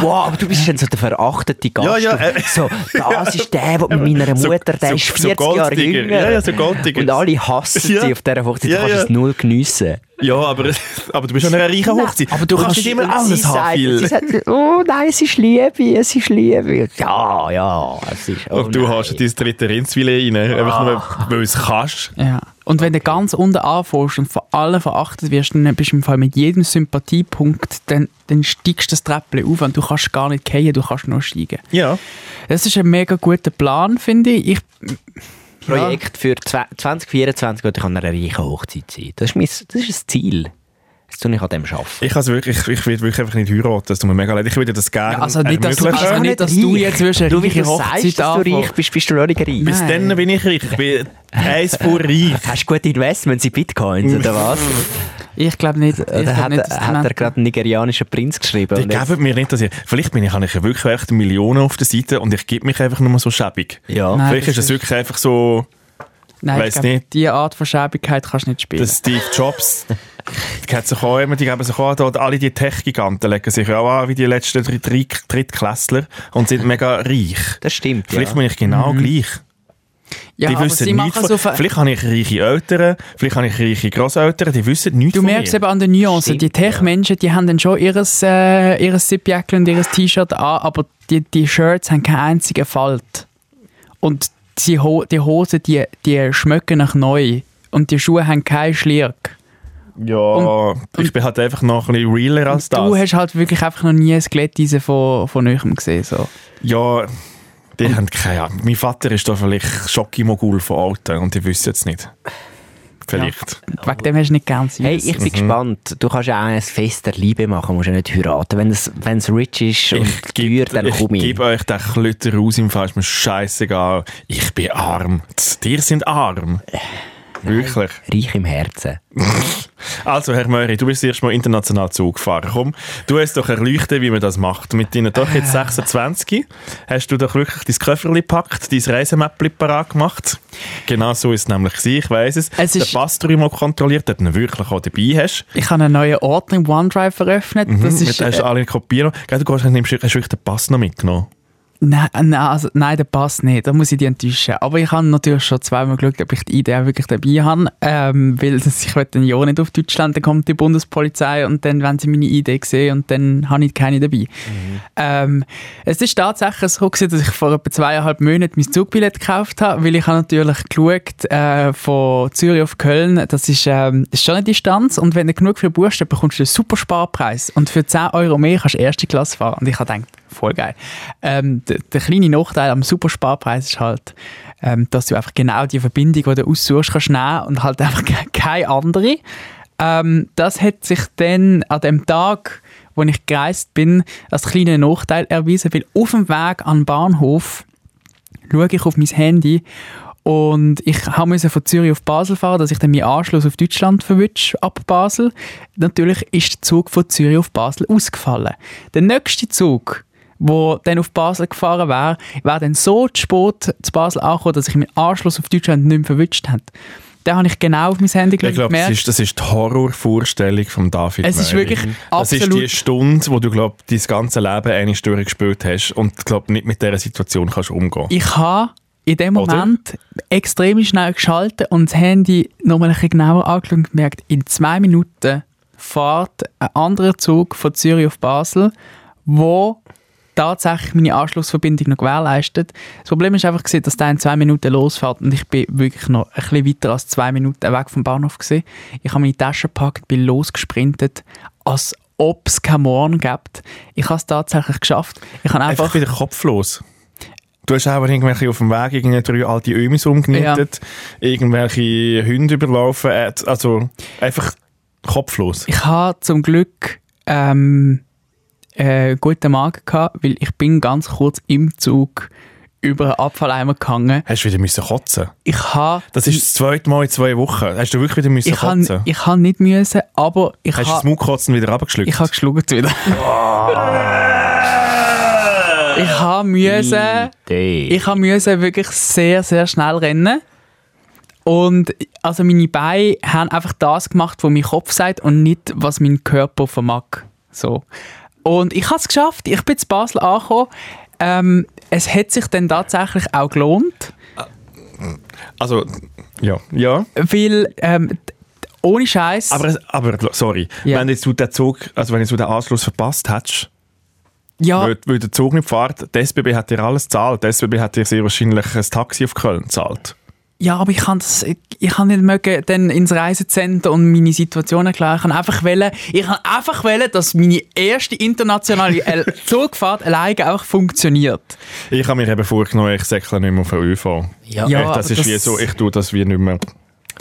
Wow, aber du bist dann so der verachtete Gast.
Ah. Ja, ja, äh,
so, das ist der, der mit meiner
so-
Mutter, der
so-
ist
so
40 Jahre
Golddigger.
jünger.
Ja, ja, so Golddigger.
Und alle hassen
Ja.
sie auf dieser Hochzeit.
Ja,
du kannst
ja.
es null geniessen.
Ja, aber, aber du bist an einer reichen Hochzeit.
Aber du kannst
nicht immer alles
sie sagt-
haben.
Sie
Viel.
sagt, oh nein, es ist Liebe, es ist Liebe. Ja, ja, es ist... Oh,
Und du
nein.
hast dein dritte Rindsfilet rein, einfach nur, weil du es kannst.
Ja. Und wenn du ganz unten anfährst und von allen verachtet wirst, dann bist du im Fall mit jedem Sympathiepunkt, dann, dann steigst du das Treppchen auf und du kannst gar nicht fallen, du kannst nur steigen.
Ja.
Das ist ein mega guter Plan, finde ich. ich
Projekt für zwe- 2024 würde ich an einer reichen Hochzeit sein. Das ist, mein, das ist ein Ziel. Jetzt tue ich an dem arbeiten.
Ich, also wirklich, ich, ich würde wirklich einfach nicht heiraten, das tut mir mega leid. Ich würde das gerne
Ja, also nicht, dass du-
ermöglichen.
also nicht, dass du jetzt wirst eine
Du, wie du
reiche
sagst,
Hochzeit
dass du reich
anfangen.
bist, bist du noch nicht reich.
Bis
Nein.
dann bin ich reich. Ich bin eins vor reich.
Hast du gute Investments in Bitcoins, oder was?
Ich glaube nicht. Ich
Oder
glaub
hat,
nicht, dass die
genau-
hat er
Männer-
gerade einen nigerianischen Prinz geschrieben?
Die
und jetzt-
geben mir nicht, dass ich, vielleicht bin ich, habe ich ja wirklich echt Millionen auf der Seite und ich gebe mich einfach nur so schäbig.
ja.
Nein,
vielleicht
das
ist es
ist-
wirklich einfach so,
Nein,
Weiss
ich glaub,
nicht.
diese Art von Schäbigkeit kannst du nicht spielen.
dass Steve Jobs, die hat sich auch immer, die geben sich auch an, alle die Tech-Giganten legen sich auch an wie die letzten drei, drei Drittklässler und sind mega reich.
Das stimmt, ja.
Vielleicht bin ich genau
Mhm.
gleich.
ja,
die
aber
wissen
sie
nichts
machen
von,
so ver-
Vielleicht habe ich reiche Eltern, vielleicht habe ich reiche Grosseltern, die wissen nichts
Du
von
merkst
mir.
eben an den Nuancen,
Stimmt,
die Tech-Menschen, die haben dann schon ihres, äh, ihres Zipjäckchen und ihres T-Shirt an, aber die, die Shirts haben keinen einzigen Falt. Und die, Ho die Hosen, die, die schmecken nach neu. Und die Schuhe haben keinen Schlierk.
Ja, ich bin halt einfach noch ein bisschen realer als das.
Du hast halt wirklich einfach noch nie ein Glätteisen von, von Neuem gesehen. So.
Ja, die haben keine Ahnung. Mein Vater ist da vielleicht Schocki-Mogul von Alten und die wissen es nicht. Vielleicht.
Wegen dem hast du nicht ganz
Hey, ich
Mhm.
bin gespannt. Du kannst ja auch ein Fest der Liebe machen, musst ja nicht heiraten. Wenn es, wenn es rich ist und teuer,
geb-
dann
ich
komme ich.
gebe euch den Klötter raus im Fall, ist mir scheißegal. Ich bin arm. Dir sind arm.
Äh.
Wirklich.
Reich im Herzen.
Also, Herr Möri, du bist erst mal international zugefahren. Komm, du hast doch erleuchtet, wie man das macht. Mit deinen doch jetzt
Ah.
26 hast du doch wirklich dein Köfferli gepackt, dein Reisemäppli parat gemacht. Genau so ist es nämlich gewesen, ich weiss es.
Es
Der
ist-
Pastor immer kontrolliert, ob du ihn wirklich auch dabei hast. Hm?
Ich habe einen neuen Ordner im OneDrive eröffnet. das
Mhm, Mit-
ist,
hast
äh,
du alle kopiert. Gell, du gehst, nimmst, hast wirklich den Pass noch mitgenommen.
nein, nein, also, nein, der passt nicht. Da muss ich dich enttäuschen. Aber ich habe natürlich schon zweimal geschaut, ob ich die Idee auch wirklich dabei habe. Ähm, weil das, ich will dann ja nicht auf Deutschland, dann kommt die Bundespolizei und dann wollen sie meine Idee sehen und dann habe ich keine dabei. Ähm, es ist tatsächlich so, gewesen, dass ich vor etwa zweieinhalb Monaten mein Zugbillett gekauft habe, weil ich habe natürlich geschaut, äh, von Zürich auf Köln, das ist, ähm, ist schon eine Distanz und wenn du genug für buchst, dann bekommst du einen super Sparpreis und für 10 Euro mehr kannst du erste Klasse fahren. Und ich habe gedacht, voll geil. Ähm, der, der kleine Nachteil am super Sparpreis ist halt, ähm, dass du einfach genau die Verbindung, die du aussuchst, kannst nehmen und halt einfach ke- keine andere. Ähm, das hat sich dann an dem Tag, wo ich gereist bin, als kleinen Nachteil erwiesen, weil auf dem Weg an den Bahnhof schaue ich auf mein Handy und ich habe müssen von Zürich auf Basel fahren, dass ich dann meinen Anschluss auf Deutschland verwünsche, ab Basel. Natürlich ist der Zug von Zürich auf Basel ausgefallen. Der nächste Zug, wo dann auf Basel gefahren wäre, wäre dann so zu spät zu Basel angekommen, dass ich meinen Anschluss auf Deutschland nicht mehr verwünscht habe. Dann habe ich genau auf mein Handy geschaut
Ich
und
glaube, das
gemerkt,
ist, das ist die Horrorvorstellung von David
Es ist
Möhring.
wirklich
Das ist
absolut-
die Stunde, wo du, glaube dein ganze Leben eine Störung gespielt hast und, glaube nicht mit dieser Situation kannst umgehen.
ich habe in dem
Genau. Oder?
Moment extrem schnell geschaltet und das Handy nochmal ein bisschen genauer angeschaut und gemerkt, in zwei Minuten fährt ein anderer Zug von Zürich auf Basel, wo tatsächlich meine Anschlussverbindung noch gewährleistet. Das Problem ist einfach, gewesen, dass der in zwei Minuten losfährt und ich bin wirklich noch ein bisschen weiter als zwei Minuten weg vom Bahnhof. Gewesen. Ich habe meine Tasche gepackt, bin losgesprintet, als ob es keinen Morgen gibt. Ich habe es tatsächlich geschafft. Ich habe
Einfach,
einfach
wieder kopflos. Du hast auch irgendwelche auf dem Weg irgendwie drei alte Ömis umgenietet, irgendwelche Hunde überlaufen, äh, also einfach kopflos.
Ich habe zum Glück ähm, äh, guten Magen gehabt, weil ich bin ganz kurz im Zug über einen Abfalleimer gegangen.
Hast du wieder müssen kotzen?
Ich habe
Das ist das zweite Mal in zwei Wochen. Hast du wirklich wieder müssen
ich
kotzen?
habe ich habe nicht müssen, aber ich
hast du das Oh.
habe
Mundkotzen wieder abgeschluckt?
ich habe geschluckt wieder. ich habe müssen
Idee.
ich habe müssen wirklich sehr, sehr schnell rennen. Und also meine Beine haben einfach das gemacht, was mein Kopf sagt und nicht, was mein Körper vermag. So. Und ich habe es geschafft. Ich bin zu Basel angekommen. Ähm, es hat sich dann tatsächlich auch gelohnt,
also, ja. ja.
weil ähm, d- ohne Scheiß.
Aber, es- aber sorry,
Ja.
wenn jetzt du den Zug, also wenn jetzt du den Anschluss verpasst hättest,
ja,
weil, weil der Zug nicht fährt, der SBB hat dir alles gezahlt. Der SBB hat dir sehr wahrscheinlich ein Taxi auf Köln gezahlt.
Ja, aber ich kann das, ich, ich kann nicht mögen, dann ins Reisezentrum und meine Situation erklären. Ich kann einfach wählen, ich kann einfach wählen, dass meine erste internationale äh, Zugfahrt alleine auch funktioniert.
Ich habe mir eben vorgenommen, ich säckle nicht mehr auf den ÖV.
Ja.
Ja,
Echt, das
aber
ist
das-
wie so, ich tue das wie nicht mehr.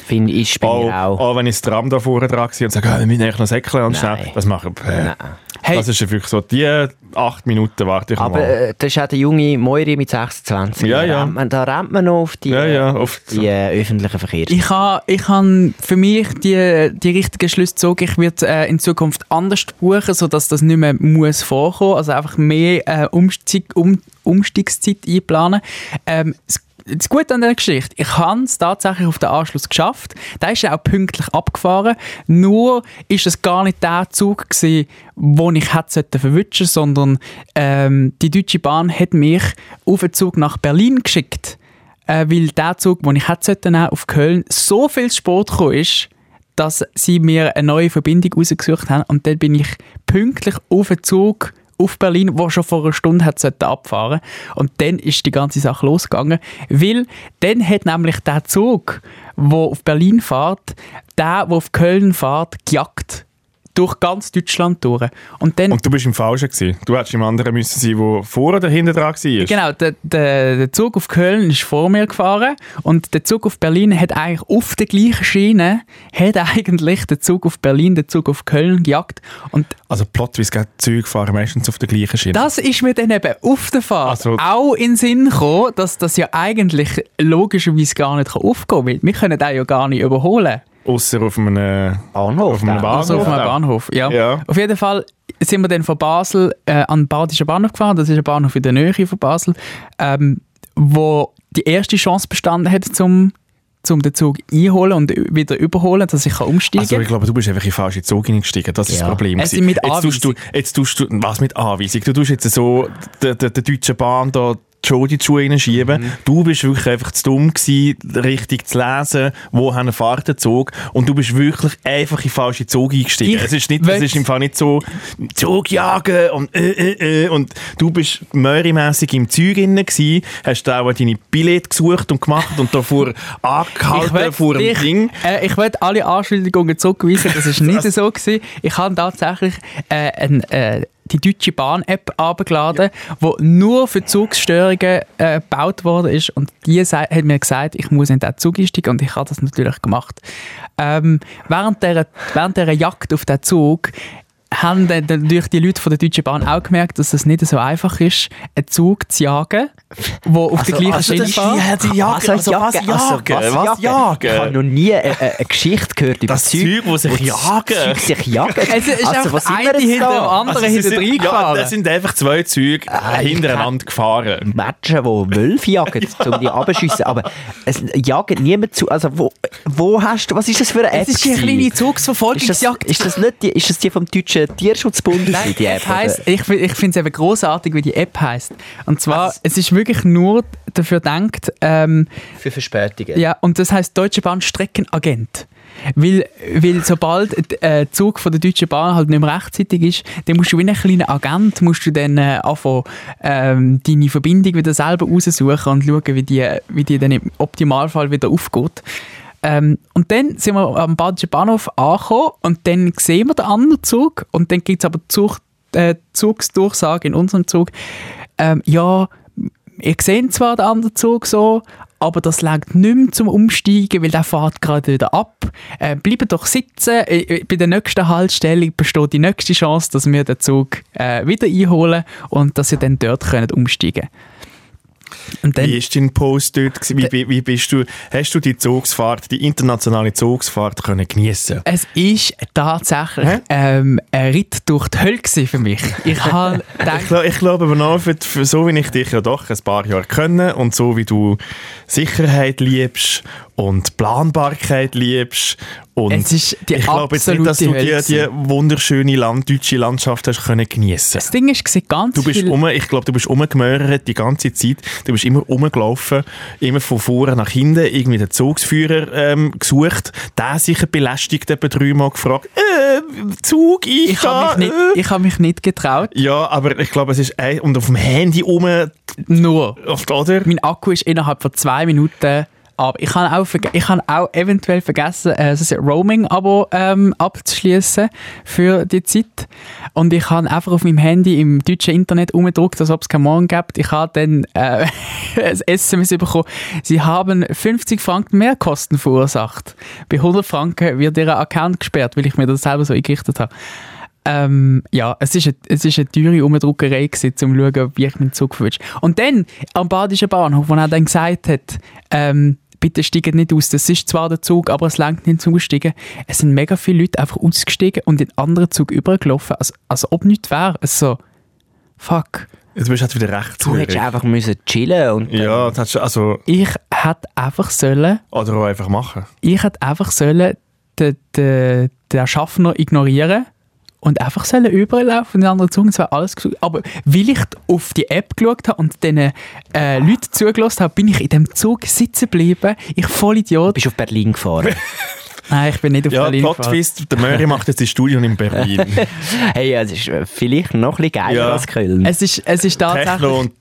Finde ich bei
Auch,
mir auch.
auch wenn ich das Tram da vorne dran war und sage, oh, wir müssen eigentlich noch säckeln und
Nein.
schnell. Das mache ich. Äh,
Nein.
Hey.
Das ist ja wirklich so, die acht Minuten warte ich
Aber
mal.
äh, das ist auch der junge Moiri mit 26.
Ja,
da,
ja.
Rennt man, da rennt man noch auf die,
Ja, ja, oft.
die äh, öffentlichen Verkehrs.
Ich habe ich han für mich die, die richtigen Schlüsse gezogen. Ich werde äh, in Zukunft anders buchen, sodass das nicht mehr muss vorkommen. Also einfach mehr äh, Umstieg, um, Umstiegszeit einplanen. Ähm, das- das Gute an der Geschichte, ich habe es tatsächlich auf den Anschluss geschafft. Da ist er auch pünktlich abgefahren. Nur ist es gar nicht der Zug gewesen, den ich hätte sollte verwischen, sondern ähm, die Deutsche Bahn hat mich auf den Zug nach Berlin geschickt äh, weil der Zug, den ich hätte sollen nehmen auf Köln so viel zu spät gekommen ist, dass sie mir eine neue Verbindung rausgesucht haben und dann bin ich pünktlich auf den Zug auf Berlin, wo schon vor einer Stunde hat sollte abfahren und dann ist die ganze Sache losgegangen, weil dann hat nämlich der Zug, wo auf Berlin fährt, der, wo auf Köln fährt, gejagt durch ganz Deutschland durch und dann
Und du bist im Falschen gewesen. Du hättest im anderen müssen sein, der vorne oder hinten dran war.
Genau, der, der, der Zug auf Köln ist vor mir gefahren und der Zug auf Berlin hat eigentlich auf der gleichen Schiene hat eigentlich der Zug auf Berlin den Zug auf Köln gejagt und
Also plotwise geht Züge fahren meistens auf der gleichen Schiene.
das ist mir dann eben auf der Fahrt
Also-
auch in den Sinn gekommen, dass das ja eigentlich logischerweise gar nicht kann aufgehen kann, weil wir können den ja gar nicht überholen.
Ausser auf einem, äh,
Bahnhof.
auf einem
da.
Bahnhof.
Also auf einem
Ja.
Bahnhof, ja.
Ja.
Auf jeden Fall sind wir dann von Basel äh, an den Badischen Bahnhof gefahren. Das ist ein Bahnhof in der Nähe von Basel, ähm, wo die erste Chance bestanden hat, zum, zum den Zug einholen und ü- wieder überholen, dass ich kann umsteigen
Also
kann.
ich glaube, du bist einfach in den falschen Zug hineingestiegen. Das ist
Ja.
das Problem.
Es
gewesen.
sind mit
jetzt tust du, jetzt tust du, was mit Anweisung? Du tust jetzt so der der- der Deutschen Bahn da die Schuld in die Schuhe hineinschieben.
Mhm.
Du bist wirklich einfach zu dumm gewesen, richtig zu lesen, woher fährt der Zug. Und du bist wirklich einfach in den falschen Zug eingestiegen.
Ich
es ist, nicht, es
will-
ist im Fall nicht so Zug jagen und äh, äh, äh. Und du bist möhremässig im Zeug innen gewesen, hast da auch deine Billett gesucht und gemacht und davor angehalten vor dem
dich-
Ding.
Äh, ich möchte alle Anschuldigungen zurückweisen, das ist nicht so. Gewesen. Ich habe tatsächlich äh, ein, äh, die Deutsche Bahn-App abgeladen, die nur für Zugstörungen äh, gebaut worden ist. Und die sei- hat mir gesagt, ich muss in den Zug einsteigen und ich habe das natürlich gemacht. Ähm, während, der, während der Jagd auf den Zug haben dann natürlich die Leute von der Deutschen Bahn auch gemerkt, dass es nicht so einfach ist, einen Zug zu jagen, der auf
Also,
der gleichen Schiene fährt.
die Jacke, also was
Jacke, also
jagen, was
Ich habe
jagen.
noch nie äh, äh, eine Geschichte gehört über
Das Zeug, wo sich jagen.
Das Zeug sich jagen.
Es ist
also,
einfach
was sind wir
eine
jetzt
hinter
da?
dem anderen
Also, es
hinter
sind-
drei
ja,
gefahren.
das sind einfach zwei Züge äh,
Ah, ich
hintereinander gefahren.
Menschen, die Wölfe jagen, um die abzuschiessen. Aber es jagt niemand zu. Also, wo, wo hast du, was ist das für eine App?
es ist eine
gewesen?
kleine
ist das,
Zugsverfolgungsjagd.
ist das nicht die, ist das die vom deutschen Tierschutzbund?
Nein,
die
es
App, oder?
heisst, ich fi- ich finde es eben großartig, wie die App heißt. Und zwar, es ist wirklich nur dafür gedacht, ähm,
Für Verspätungen.
ja, und das heißt Deutsche Bahn Streckenagent. Weil, weil sobald der äh, Zug von der Deutschen Bahn halt nicht mehr rechtzeitig ist, dann musst du wie ein kleiner Agent, musst du dann äh, anfangen, ähm, deine Verbindung wieder selber raussuchen und schauen, wie die, wie die dann im Optimalfall wieder aufgeht. Ähm, und dann sind wir am Badischen Bahnhof angekommen und dann sehen wir den anderen Zug und dann gibt es aber die Zug, äh, Zugsdurchsage in unserem Zug. Ähm, ja, ihr seht zwar den anderen Zug so, aber das längt nicht mehr zum Umsteigen, weil der fährt gerade wieder ab. Äh, bleibt doch sitzen, äh, äh, bei der nächsten Haltestelle besteht die nächste Chance, dass wir den Zug äh, wieder einholen und dass ihr dann dort könnt umsteigen könnt. Und dann,
Wie ist dein Post dort? gewesen? Wie, wie, wie bist du, hast du die Zugsfahrt, die internationale Zugsfahrt können geniessen
Es ist tatsächlich
Hä?
ähm, ein Ritt durch die Hölle gewesen für mich. Ich habe
Ich,
gedacht,
glaub- ich glaube aber noch, für, für so wie ich dich ja doch ein paar Jahre kenne und so wie du Sicherheit liebst und Planbarkeit liebst und
Es ist die
ich glaube jetzt nicht,
absolute
dass du die,
Hölle
die wunderschöne Land, deutsche Landschaft hast können geniessen.
das Ding ist gewesen, ganz
Du bist
viel...
um, ich glaube, du bist umgemörert die ganze Zeit. Du bist immer umgelaufen, immer von vorne nach hinten, irgendwie den Zugsführer ähm, gesucht. Der sicher belästigt etwa dreimal gefragt, äh, Zug, ich,
ich habe mich, nicht-
äh.
ich hab mich nicht getraut,
Ja, aber ich glaube, es ist ein, und auf dem Handy rum,
nur...
oft, oder?
Mein Akku ist innerhalb von zwei Minuten Aber ich habe auch, verge- ich habe auch eventuell vergessen, äh, das Roaming-Abo ähm, abzuschließen für die Zeit. Und ich habe einfach auf meinem Handy im deutschen Internet umgedruckt, als ob es keinen Morgen gibt. Ich habe dann äh, ein SMS bekommen, sie haben 50 Franken mehr Kosten verursacht. Bei 100 Franken wird ihr Account gesperrt, weil ich mir das selber so eingerichtet habe. Ähm, ja, es ist, eine, es ist eine teure Umdruckerei gewesen, um zu schauen, wie ich meinen Zug verwünsche. Und dann am Badischen Bahnhof, wo er dann gesagt hat, ähm, bitte steigt nicht aus, das ist zwar der Zug, aber es langt nicht zum Aussteigen. Es sind mega viele Leute einfach ausgestiegen und in einen anderen Zug übergelaufen, als, als ob nichts wäre. Also, fuck.
Jetzt bist du halt wieder recht.
Du hättest einfach müssen chillen und
Ja, das hättest du, also,
Ich hätte einfach sollen,
oder auch einfach machen.
ich hätte einfach sollen den, den, den Schaffner ignorieren und einfach sollen überlaufen in den anderen Zug. Es wäre alles gesu- Aber weil ich auf die App geschaut habe und diesen äh, Leuten zugelassen habe, bin ich in dem Zug sitzen geblieben. Ich voll
du
Idiot.
bist auf Berlin gefahren.
Nein, ich bin nicht auf
Ja,
Berlin
Plot
gefahren.
Twist, der Möri macht jetzt sein Studium in Berlin.
hey, ja, es ist äh, vielleicht noch ein bisschen geiler
Ja.
als Köln.
Es ist, es ist tatsächlich...
Techno- und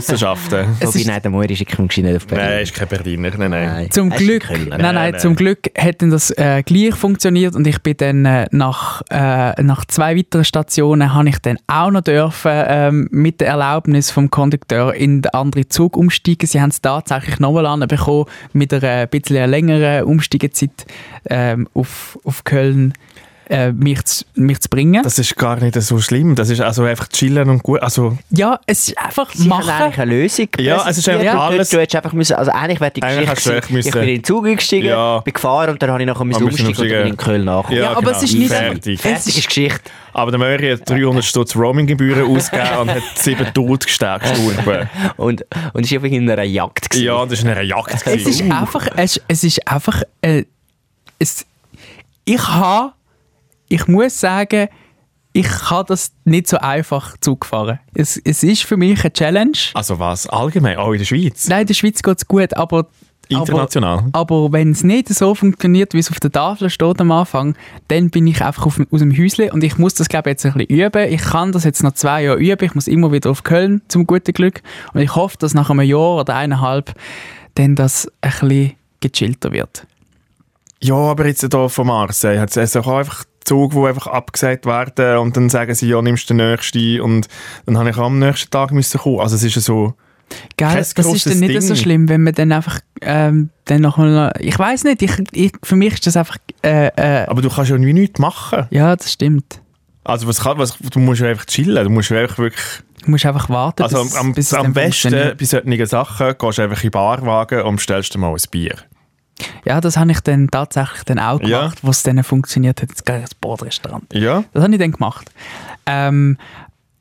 Crack-Wissenschaften.
es
Wobei,
ist-
nein, der Moir ist ja kaum gescheit auf Berlin.
Nein, ist kein Berliner, nein, nein.
Zum
Er ist in
Glück,
Köln.
nein, nein,
Nein,
zum
nein.
Glück hat dann das äh, gleich funktioniert und ich bin dann äh, nach, äh, nach zwei weiteren Stationen habe ich dann auch noch dürfen ähm, mit der Erlaubnis vom Kondukteur in den anderen Zug umsteigen. Sie haben es tatsächlich nochmal anbekommen mit einer ein bisschen längeren Umsteigezeit ähm, auf, auf Köln äh, mich, zu, mich zu bringen.
Das ist gar nicht so schlimm. Das ist also einfach chillen und gut. Also,
ja, es ist einfach
Sie haben
machen.
eigentlich eine Lösung.
Ja, also es ist einfach
präsentiert.
alles-
Du hättest einfach müssen, also eigentlich wäre die
Eigentlich
Geschichte,
hättest du echt
gewesen, ich
müssen.
bin in den Zug eingestiegen,
Ja.
bin gefahren und dann habe ich nachher müssen
Aber müssen
umsteigen und dann bin ich in
umsteigen.
Köln nachher.
Ja, aber es ist nicht- Äh.
fertig.
Fertig ist die Geschichte.
genau. Aber der Möri hat 300 Stutz Roaming-Gebühren ausgegeben und hat sieben Tod gestärkt.
Und, und ist einfach in einer Jagd. gewesen.
ja, das war eine Jagd.
Es ist
gewesen.
einfach, es, es ist einfach, äh, es, ich habe, ich muss sagen, ich habe das nicht so einfach zugefahren. Es, es ist für mich eine Challenge.
Also was? Allgemein? Auch in der Schweiz?
Nein, in der Schweiz geht es gut, aber...
International?
Aber, aber wenn es nicht so funktioniert, wie es auf der Tafel steht am Anfang, dann bin ich einfach auf, aus dem Häuschen und ich muss das, glaube ich, jetzt ein bisschen üben. Ich kann das jetzt noch zwei Jahre üben. Ich muss immer wieder auf Köln, zum guten Glück. Und ich hoffe, dass nach einem Jahr oder eineinhalb dann das ein bisschen gechillter wird.
Ja, aber jetzt hier von Marseille hat es auch einfach Zug, wo einfach abgesagt werden und dann sagen sie, ja, nimmst du den nächsten und dann habe ich am nächsten Tag müssen kommen. Also es ist ja so,
Gell,
Kein
das ist dann
grosses
nicht
Ding.
so schlimm, wenn man dann einfach ähm, dann noch mal... Ich weiß nicht, ich, ich, für mich ist das einfach... Äh, äh,
aber du kannst ja irgendwie nichts machen.
ja, das stimmt.
Also was kann, was, du musst ja einfach chillen, du musst ja einfach wirklich,
Du musst einfach warten,
also
bis,
am,
bis es
am
dann
besten
funktioniert.
bei solchen Sachen gehst du einfach in den Barwagen und bestellst dir mal ein Bier.
Ja, das habe ich dann tatsächlich dann auch
Ja.
gemacht, wo es dann funktioniert hat. Jetzt gehe ich ins Bordrestaurant.
Ja,
Das habe ich dann gemacht. Ähm,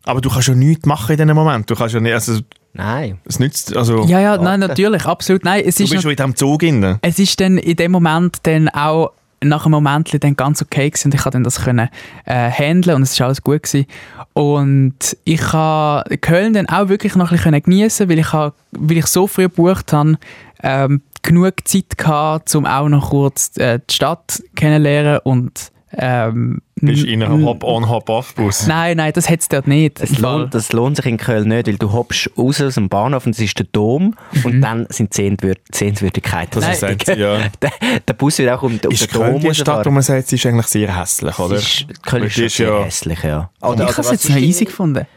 aber du kannst ja nichts machen in diesem Moment. Du kannst ja nicht, also
Nein.
es nützt, also
ja, ja, nein, natürlich, absolut. Nein, es
du
ist,
bist
nat-
schon in diesem Zug drin.
es ist dann in dem Moment dann auch nach einem Moment dann ganz okay gewesen und ich konnte dann das können, äh, handeln und es ist alles gut gewesen. Und ich habe Köln dann auch wirklich noch ein bisschen geniessen, weil ich, habe, weil ich so früh gebucht habe, ähm, genug Zeit gehabt, um auch noch kurz äh, die Stadt kennenzulernen und ähm,
Bist in einem
n-
Hop-on, Hop-off-Bus.
Nein, nein, das hat es dort nicht.
Es lohnt, das lohnt sich in Köln nicht, weil du hoppst raus aus dem Bahnhof und es ist der Dom
Mhm.
und dann sind die Sehenswür Sehenswürdigkeiten.
Das ist
Nein.
jetzt, ja.
der, der Bus wird auch um den um den
Ist
Dom
Köln die Stadt, wo
rausfahren.
man sagt, sie ist eigentlich sehr hässlich, oder?
Es ist, Köln ist,
Die
schon
ist
sehr
ja- Also,
hässlich, ja.
ich habe es jetzt noch easy gefunden.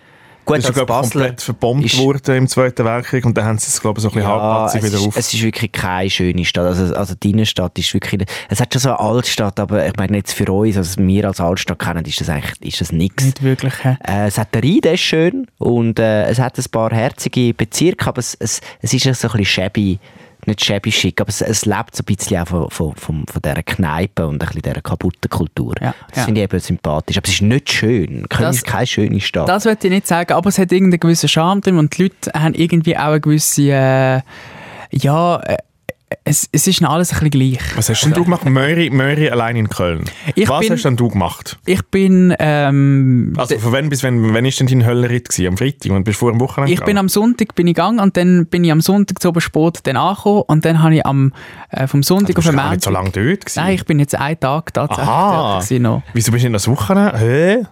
Gut,
Das ist,
als
glaube ich,
Basler
komplett verbombt
ist-
worden im Zweiten Weltkrieg und dann haben sie es, glaube ich, so ein bisschen halbpatzig
es,
wieder
ist,
auf.
es ist wirklich keine schöne Stadt. Also, also die Innenstadt ist wirklich. nicht- Es hat schon so eine Altstadt, aber ich meine, jetzt für uns, also wir als Altstadt kennen, ist das eigentlich ist das nichts.
Nicht wirklich. hä?
Äh, es hat den Rhein, der ist schön und äh, es hat ein paar herzige Bezirke, aber es, es, es ist ja so ein bisschen shabby, nicht shabby schick, aber es, es lebt so ein bisschen auch von, von, von, von dieser Kneipe und ein bisschen dieser kaputten Kultur.
Ja,
das
ja.
finde ich eben sympathisch, aber es ist nicht schön. Köln
Das-
ist keine schöne Stadt.
Das wollte ich nicht sagen, aber es hat irgendeinen gewissen Charme drin und die Leute haben irgendwie auch eine gewisse. Äh, ja, äh, es, es ist ihnen alles ein bisschen gleich.
Was hast denn du gemacht? Möri, Möri allein in Köln.
Ich
Was
bin-
hast denn du gemacht?
Ich bin. Ähm,
Also von wann bis wann, wann ist denn dein Höllenritt gewesen? Am Freitag? Und bist du vor einem Wochenende
Ich bin am Sonntag bin ich gegangen und dann bin ich am Sonntag zu Obersport dann angekommen und dann habe ich am, äh, vom Sonntag
Du
auf
Also bist
den
gar nicht so lange
Montag...
dort gewesen.
Nein, ich bin jetzt einen Tag tatsächlich
Aha.
dort gewesen noch.
Wieso bist du nicht noch das Wochenende? Hä?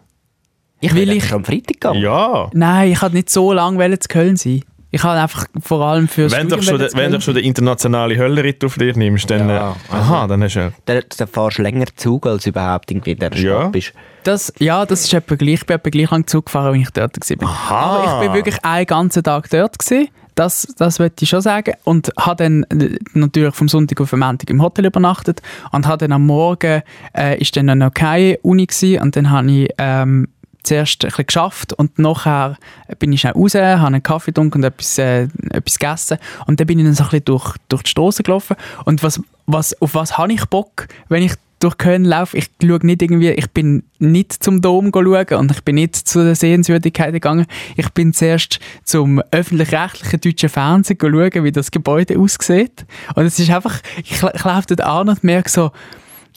ich
will
will
ich-
ich am Freitag gehen.
Ja.
Nein, ich wollte nicht so lange zu Köln sein. Ich habe einfach vor allem fürs
Wenn doch schon,
Studium
de, wenn doch schon den internationalen Höllenritt auf dir nimmst, dann.
Ja,
äh, aha, dann hast du ja.
Dann, dann fährst du länger Zug, als überhaupt irgendwie in dieser
Ja.
Stadt bist.
Das, ja, das ist etwa gleich. Ich bin etwa gleich lang Zug gefahren, wie ich dort war. Aber ich bin wirklich einen ganzen Tag dort. Gewesen. Das, das wollte ich schon sagen. Und habe dann äh, natürlich vom Sonntag auf den Montag im Hotel übernachtet und habe dann am Morgen, äh, ist dann noch keine Uni gewesen, und dann habe ich ähm, zuerst ein bisschen geschafft und nachher bin ich schnell raus, habe einen Kaffee getrunken und etwas, äh, etwas gegessen und dann bin ich dann so ein bisschen durch, durch die Straße gelaufen und was, was, auf was habe ich Bock, wenn ich durch Köln laufe, ich schaue nicht irgendwie, ich bin nicht zum Dom schauen und ich bin nicht zu den Sehenswürdigkeiten gegangen. Ich bin zuerst zum öffentlich-rechtlichen deutschen Fernsehen schauen, wie das Gebäude aussieht. Und es ist einfach, ich, ich laufe dort an und merke so,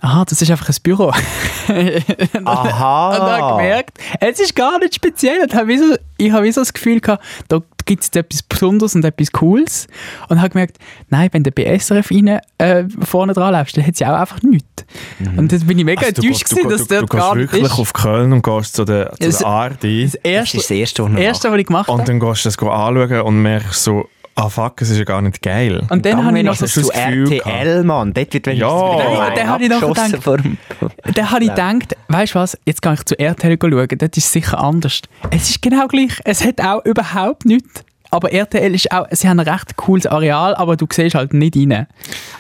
aha, das ist einfach ein Büro.
Aha!
Und habe gemerkt, es ist gar nicht speziell. Und habe wie so, ich habe wie so das Gefühl gehabt, da gibt es etwas Besonderes und etwas Cooles. Und habe gemerkt, nein, wenn du bei SRF rein, äh, vorne dran läufst, dann hat sie auch einfach nichts. Und dann bin ich mega
Also,
enttäuscht, gewesen, dass
du,
dort
du gehst
gar nicht
wirklich
ist.
auf Köln und gehst zu der, zu
Es-
der ARD
das erste,
Das ist das Erste, was
das
man
erste, was ich gemacht
und
habe.
dann gehst du das go anschauen und merkst so, ah fuck, es ist ja gar nicht geil.
Und dann habe ich noch so
hast du
zu
das Gefühl
RTL, Mann. Dort wird wenigstens
Ja.
wieder
Nein,
ein
dann habe ich noch
abgeschossen vor dem-
Dann habe ich gedacht, weißt du was, jetzt gehe ich zu RTL schauen, dort ist es sicher anders. Es ist genau gleich, es hat auch überhaupt nichts. Aber RTL ist auch, sie haben ein recht cooles Areal, aber du siehst halt nicht rein.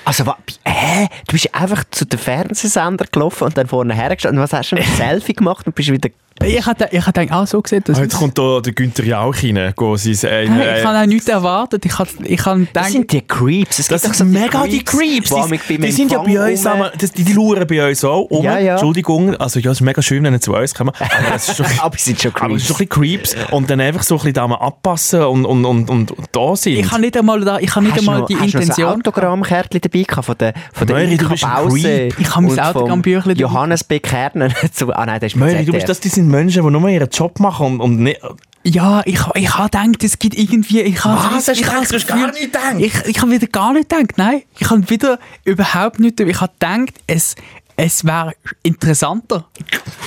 Also, wa- hä? Du bist einfach zu den Fernsehsender gelaufen und dann vorne hergestanden. Und Was hast du? Ein Selfie gemacht und bist wieder...
Ich habe ich hab gedacht, ah, so sieht das
Ah,
aus.
jetzt kommt da der Günther Jauch rein. Go, sein, äh,
Hey,
äh,
ich habe auch nichts erwartet. Ich habe ich hab
Das
gedacht,
sind die Creeps. Es
das
gibt
sind
doch so
mega die Creeps.
wo
Die,
mich beim
die sind ja
Empfang
bei uns,
rum-
auch, das, die, die lauern bei uns auch um.
Ja, ja.
Entschuldigung, also ja, es ist mega schön, wenn ihr zu uns kommt. Aber es ist schon,
Aber sie sind schon
aber es ist
Creeps.
schon ein bisschen Creeps. Und dann einfach so ein bisschen da mal anpassen und, und, und, und da sind.
ich habe nicht einmal, da, ich hab nicht
Hast du
einmal
noch,
die
hast du noch so ein
Intention.
Autogrammkärtchen dabei gehabt von der, von der
Möri, du
Inka
bist ein
Bause
Creep.
Ich hab mein
und vom
Autogrammbüchlein dabei.
Johannes B. Kernen. zu, ah nein, der ist bei
Möri, du bist
ZDF.
das, die sind Menschen, die nur ihren Job machen und, und nicht...
Ja, ich, ich habe gedacht, es gibt irgendwie. Ich habe
Was? Hast du gedacht, du hast gar nicht gedacht?
Ich, ich habe wieder gar nicht gedacht, nein. Ich habe wieder überhaupt nicht. Ich habe gedacht, es, es wäre interessanter.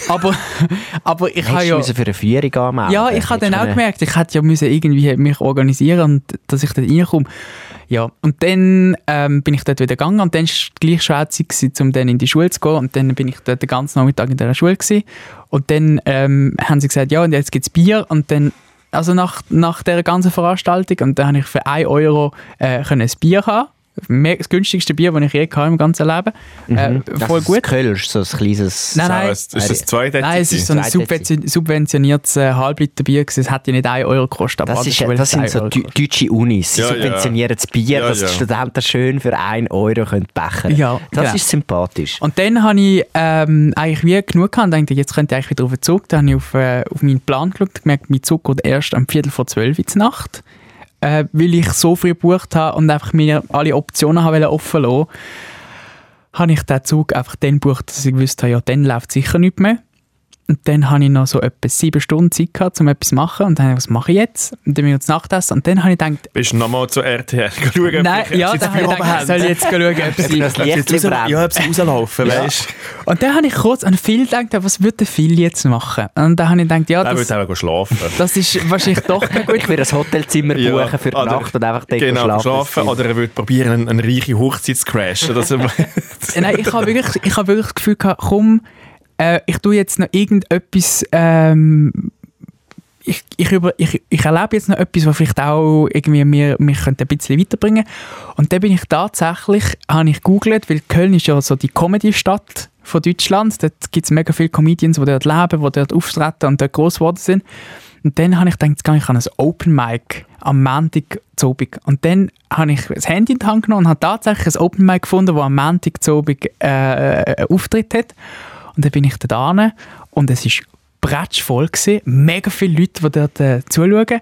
Aber, aber ich habe
Hast du
Ah, ja.
müssen für eine Führung anmelden?
Ja, ich habe
Hättest
dann auch
können-
gemerkt, ich hätte ja müssen irgendwie mich organisieren und dass ich dann reinkomme. Ja, und dann ähm, bin ich dort wieder gegangen und dann war es gleich schon auch Zeit, gewesen, um dann in die Schule zu gehen und dann bin ich dort den ganzen Nachmittag in dieser Schule gewesen. und dann ähm, haben sie gesagt, ja und jetzt gibt es Bier und dann, also nach, nach dieser ganzen Veranstaltung und dann habe ich für 1 Euro äh, können ein Bier haben, Me- das günstigste Bier, das ich je hatte im ganzen Leben, äh, voll
Mhm. das
gut.
Ist Kölsch, so ein kleines...
Nein, nein.
Ist das zweite
Nein, es ist so ein
Zwei Dezi.
subventioni- subventioniertes äh, Halbliterbier. gewesen. Es hat ja nicht 1 Euro gekostet.
Oh,
Aber
Das,
an der
ist,
Schule
das
hat
sind
es 1
so
Euro
deu-
gekostet.
deutsche Unis. Sie
Ja, ja.
subventionieren das Bier,
Ja,
dass
ja.
die Studenten schön für 1 Euro können bechern
Ja,
Das
genau.
ist sympathisch.
Und dann habe ich ähm, eigentlich wie genug gehabt und dachte, jetzt könnte ich eigentlich wieder auf den Zug. Dann habe ich auf, äh, auf meinen Plan geschaut und gemerkt, mein Zug geht erst am Viertel vor zwölf in die Nacht. Äh, weil ich so früh gebucht habe und einfach mir alle Optionen habe wollen offen lassen habe ich den Zug einfach dann gebucht, dass ich gewusst habe, ja, dann läuft sicher nichts mehr. Und dann habe ich noch so etwa sieben Stunden Zeit gehabt, um etwas zu machen. Und dann habe ich, was mache ich jetzt? Und dann bin ich zu Nacht essen. Und dann habe ich gedacht,
Bist du nochmal zu RTL schauen?
nein, ja,
da
dann habe ich gedacht, soll ich jetzt schauen, ob sie...
Licht brennt.
Ja, ob sie rauslaufen, weißt
Und dann habe ich kurz an Phil gedacht, was würde der Phil jetzt machen? Und dann habe ich gedacht, ja,
du. Er
das,
würde auch schlafen.
das ist wahrscheinlich doch keine gute
Ich will ein Hotelzimmer buchen
Ja,
für die
oder-
Nacht und einfach dort
Genau,
schlafen.
schlafen. Oder er würde probieren, eine, eine reiche Hochzeit zu crashen. Das,
Nein, ich habe wirklich, ich habe wirklich das Gefühl gehabt, komm, äh, ich tue jetzt noch irgendetwas, ähm, ich, ich, über, ich, ich erlebe jetzt noch etwas, was vielleicht auch irgendwie mir, mich könnte ein bisschen weiterbringen Und dann bin ich tatsächlich, habe ich gegoogelt, weil Köln ist ja so die Comedy-Stadt von Deutschland. Dort gibt es mega viele Comedians, die dort leben, die dort auftreten und dort gross geworden sind. Und dann habe ich gedacht, jetzt gehe ich an ein Open Mic am Montag zu Abend. Und dann habe ich das Handy in die Hand genommen und habe tatsächlich ein Open Mic gefunden, das am Montag zu Abend äh, einen Auftritt hat. Und dann bin ich dort hin und es war bretschvoll. gewesen. Mega viele Leute, die dort äh, zuschauen.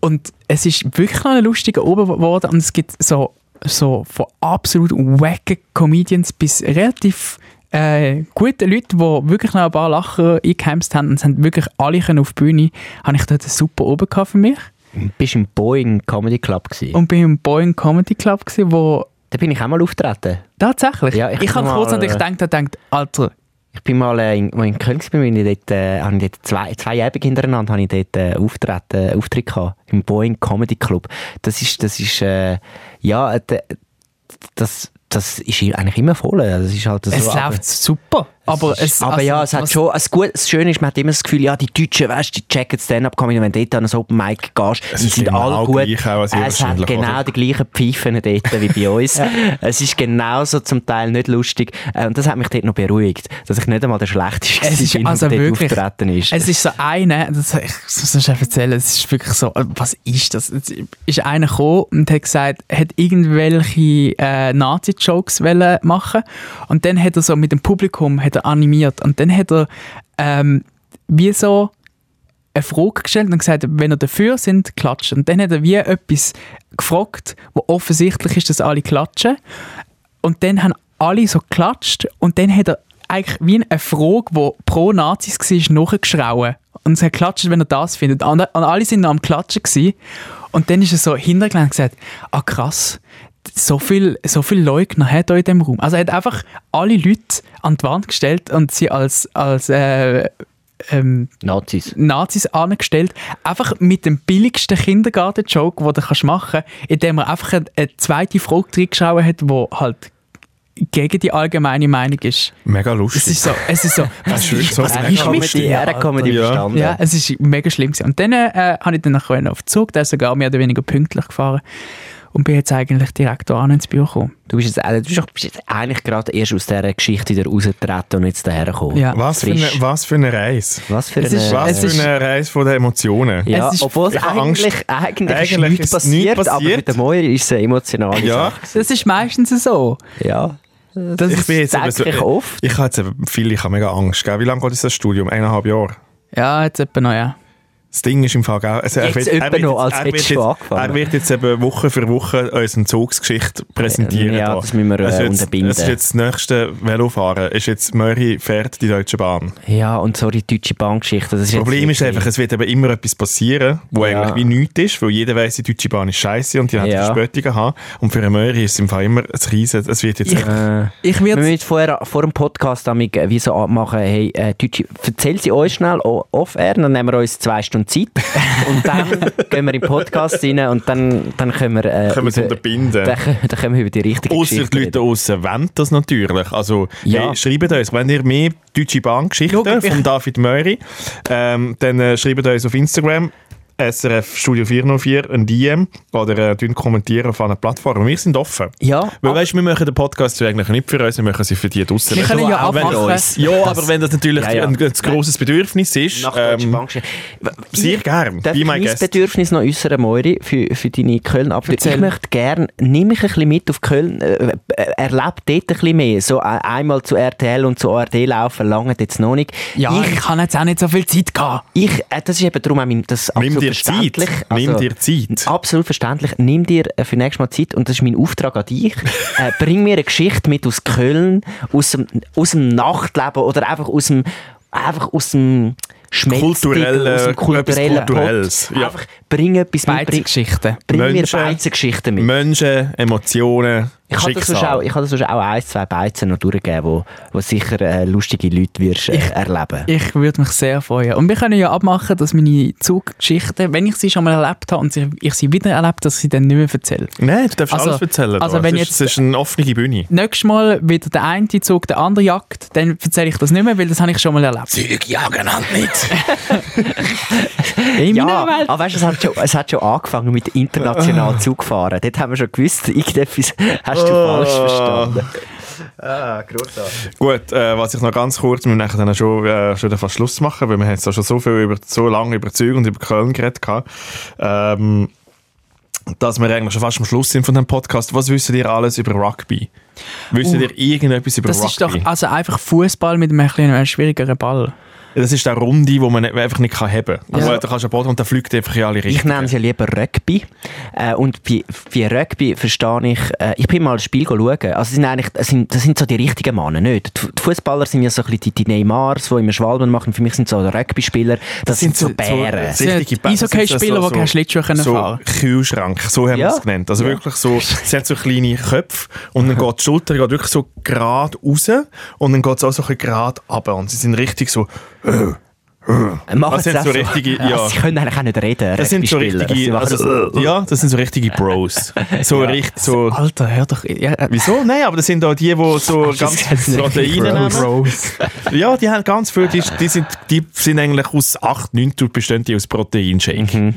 Und es ist wirklich noch ein lustiger Oben geworden. Und es gibt so, so von absolut wacken Comedians bis relativ äh, gute Leute, die wirklich noch ein paar Lacher eingeheimst haben und es haben wirklich alle können auf die Bühne, habe ich dort einen super Oben gehabt für mich.
Bist du im Boeing Comedy Club gewesen?
Und bin im Boeing Comedy Club, gewesen, wo
Da bin ich auch mal auftreten.
tatsächlich,
Ja, ich
ich, habe
kann
kurz
mal,
natürlich
äh,
gedacht, und gedacht, Alter,
Ich Ich bin mal äh, in, wo ich in Köln war, bin ich dort, äh, habe ich dort zwei, zwei Jahre hintereinander habe ich dort, äh, Auftritt, äh, Auftritt gehabt, im Boeing Comedy Club. Das ist, das ist, äh, ja, äh, d- das, das ist eigentlich immer voll. Also, es ist halt so,
Es
aber-
läuft super. Aber,
ist-
es,
aber
also,
ja, es hat
was-
schon, also gut, das Schöne ist, man hat immer das Gefühl, ja, die Deutschen, weißt du, die checken Stand-Up-Comedy, wenn du dort an ein Open Mic gehst,
Es
die
ist
sind
genau
alle gut.
gleich auch, also
es hat
wahrscheinlich,
genau
oder?
die gleichen Pfeifen dort wie bei uns. Es ist genauso zum Teil nicht lustig. Äh, Und das hat mich dort noch beruhigt, dass ich nicht einmal der Schlechteste
Es ist
bin,
also
der dort
wirklich.
auftreten ist.
Es ist so einer, das, ich muss es schon erzählen, es ist wirklich so, äh, was ist das? Es ist einer gekommen und hat gesagt, er hat irgendwelche äh, Nazi-Jokes wollen machen und dann hat er so mit dem Publikum hat er animiert und dann hat er ähm, wie so eine Frage gestellt und gesagt, wenn ihr dafür sind, klatscht. Und dann hat er wie etwas gefragt, wo offensichtlich ist, dass alle klatschen. Und dann haben alle so geklatscht und dann hat er eigentlich wie eine Frage, die pro Nazis war, nachgeschrauen. Und es hat geklatscht, wenn er das findet. Und, und alle sind noch am Klatschen. Gewesen. Und dann ist er so hintergelehnt und gesagt, ah krass, so viel, so viel Leugner hat er in diesem Raum. Also er hat einfach alle Leute an die Wand gestellt und sie als, als äh, ähm,
Nazis.
Nazis angestellt, einfach mit dem billigsten Kindergarten-Joke, den du kannst machen kannst, indem er einfach eine, eine zweite Frage reingeschaut hat, die halt gegen die allgemeine Meinung ist.
Mega
Es
lustig.
ist so, es ist so,
Das ist wirklich so.
was
Er
ist
kann
mit
mit dir-
dir?
Er hat Comedy
Ja.
verstanden.
Ja, es ist mega schlimm. gewesen. Und dann äh, habe ich dann nachher einen auf den Zug, der ist sogar mehr oder weniger pünktlich gefahren und bin jetzt eigentlich direkt an ins Büro gekommen.
Du bist jetzt, äh, du bist doch- bist jetzt eigentlich gerade erst aus dieser Geschichte wieder rausgetreten und jetzt dahergekommen.
Ja.
Was für,
Frisch.
eine, was für eine Reise.
Was für
Es ist-
eine...
Was
es
für
ist-
eine Reise von den Emotionen.
Ja,
Es ist-
obwohl es
ich hab
eigentlich, eigentlich, ist
Eigentlich
nichts
ist
passiert,
nichts
aber
passiert.
mit dem Moir ist es eine emotionale
Ja.
Sache.
Das ist meistens so.
Ja.
Das
Ich
ist,
bin jetzt eben so, äh,
denke ich oft.
Ich habe jetzt eben viel, ich habe mega Angst. Gell? Wie lange geht jetzt das Studium? Eineinhalb Jahre.
ja, jetzt etwa noch, ja.
Das Ding ist im Fall, gell? Also
Jetzt etwa noch, als
er,
hättest
wird
du schon
jetzt,
angefangen.
er wird jetzt eben Woche für Woche unsere Zugsgeschichte präsentieren.
Ja,
da.
das müssen wir, äh,
also jetzt,
unterbinden.
Das ist jetzt das nächste Velofahren. Ist jetzt Möri fährt die Deutsche Bahn.
Ja, und so die deutsche Bankgeschichte. Das ist
Das Problem
jetzt
ist einfach, es wird eben immer etwas passieren, wo
Ja.
eigentlich wie nichts ist, weil jeder weiß, die Deutsche Bahn ist scheiße und die hat
Ja.
Verspätungen haben. Und für einen Möri ist es im Fall immer ein Riesen. Es wird jetzt
Ich-
echt-
Äh,
Ich
wir
werde
müssen vorher, vor dem Podcast damit äh, wie so abmachen, hey, äh, Deutsche, erzähl sie uns schnell o- off-air, dann nehmen wir uns zwei Stunden Zeit und dann gehen wir in den Podcast rein und dann, dann können wir... Äh,
können wir es
über-
unterbinden.
dann, können- dann können wir über die richtige
Ausser die Leute
Geschichte
aussen wollen das natürlich. Also
Ja.
hey, schreibt uns, wenn ihr mehr deutsche Bankgeschichten
Schau, ich-
von David Möri, ähm, dann äh, schreibt uns auf Instagram SRF Studio 404 ein DM oder äh, tun kommentieren auf einer Plattform. Wir sind offen.
Ja,
Weil weißt, wir machen den Podcast ja eigentlich nicht für uns, wir machen sie für die draussen.
Wir können ja
Aber Also, wenn-
abmachen.
Ja, aber wenn das natürlich
Ja, ja.
ein, ein grosses Bedürfnis ist,
Nach der deutschen
ähm,
Bankgeschichte.
sehr
Ich-
gern.
Darf
Be
ich
my
mein
guest.
Bedürfnis noch äußern, Moiri, für, für deine köln aber Ich
Erzähl.
möchte gerne, nimm mich ein bisschen mit auf Köln, äh, äh, erlebe dort ein bisschen mehr. So äh, einmal zu RTL und zu ARD laufen, lange jetzt noch nicht.
Ja, ich,
ich,
kann jetzt auch nicht so viel Zeit gehabt.
ich, äh, das ist eben darum auch mein, das
Nimm
absolut
dir Zeit.
verständlich.
Nimm
Also,
dir Zeit.
Absolut verständlich. Nimm dir äh, für nächstes Mal Zeit und das ist mein Auftrag an dich. äh, bring mir eine Geschichte mit aus Köln, aus dem, aus dem Nachtleben oder einfach aus dem, einfach aus dem Schmelztiegel,
Kulturelle-
aus dem kulturellen
etwas Kulturelles,
Pott.
ja.
Einfach bring etwas mit. Bring,
Beizengeschichten.
bring mir
Menschen.
Beizengeschichten mit.
Menschen, Emotionen,
Ich habe das sonst auch,
Schicksal.
ich habe das sonst auch ein, zwei Beizen noch durchgegeben, wo, wo sicher äh, lustige Leute wirst, äh, erleben.
Ich würde mich sehr freuen. Und wir können ja abmachen, dass meine Zuggeschichten, wenn ich sie schon mal erlebt habe und sie- ich sie wieder erlebt, dass ich sie dann nicht mehr erzähle.
Nein, du darfst
Also-
alles erzählen.
also
da.
wenn
es, ist,
jetzt-
es ist eine offene Bühne.
Nächstes Mal wieder der eine Zug der andere jagt, dann erzähle ich das nicht mehr, weil das habe ich schon mal erlebt.
Züge jagen halt nicht.
In
Ja,
meiner Welt.
aber weißt, du, es, hat schon, es hat schon angefangen mit
Ah.
international Zugfahren. Dort haben wir schon gewusst, irgendetwas hast du
Oh.
falsch verstanden.
Gut, äh, was ich noch ganz kurz, wir müssen dann schon, äh, schon fast Schluss machen, weil wir haben jetzt auch schon so viel über, so lange über Züge und über Köln geredet gehabt, ähm, dass wir eigentlich schon fast am Schluss sind von dem Podcast. Was wisst ihr alles über Rugby? Wisst
Uh,
ihr irgendetwas über
Das ist
Rugby?
doch also einfach Fußball mit einem, ein bisschen einem schwierigeren Ball.
Das ist der Runde, wo man nicht- einfach nicht kann haben kann.
Also-
Also, da kannst du am Boden und dann fliegt einfach in alle
Ich
Richtungen.
nenne es ja lieber Rugby. Äh, und bei, bei Rugby verstehe ich, äh, ich bin mal ein Spiel schauen. Also, es sind eigentlich, es sind, das sind so die richtigen Männer, nicht? Die Fu- Die Fußballer sind ja so ein bisschen die, die Neymars, die immer Schwalben machen. Für mich sind so Rugby-Spieler, das, sind so Bären.
so- Sind Eishockeyspieler, die keine Schlittschuhe können
so
fahren.
Kühlschrank, so haben
Ja.
wir es genannt. Also
Ja.
wirklich so, sie haben so kleine Köpfe und dann geht die Schulter geht wirklich so gerade raus und dann geht es auch so ein bisschen gerade runter. Und sie sind richtig so,
Machen
das
sie
sind so
auch
richtige- ja.
Also, sie können eigentlich auch nicht reden.
das sind so
Rugby-Spieler. Sie
richtige,
machen
also,
so,
so- ja, das sind so richtige Bros. So richtig, so,
Alter, hör doch. Ja, äh,
wieso? Nein, aber das sind auch die, die so
Das
ganz
sind so richtige
Proteine nehmen.
Bros.
Ja, die haben ganz viel. Die, die, sind, die sind eigentlich aus 8, 9 Tonnen bestehen die aus Proteinshake.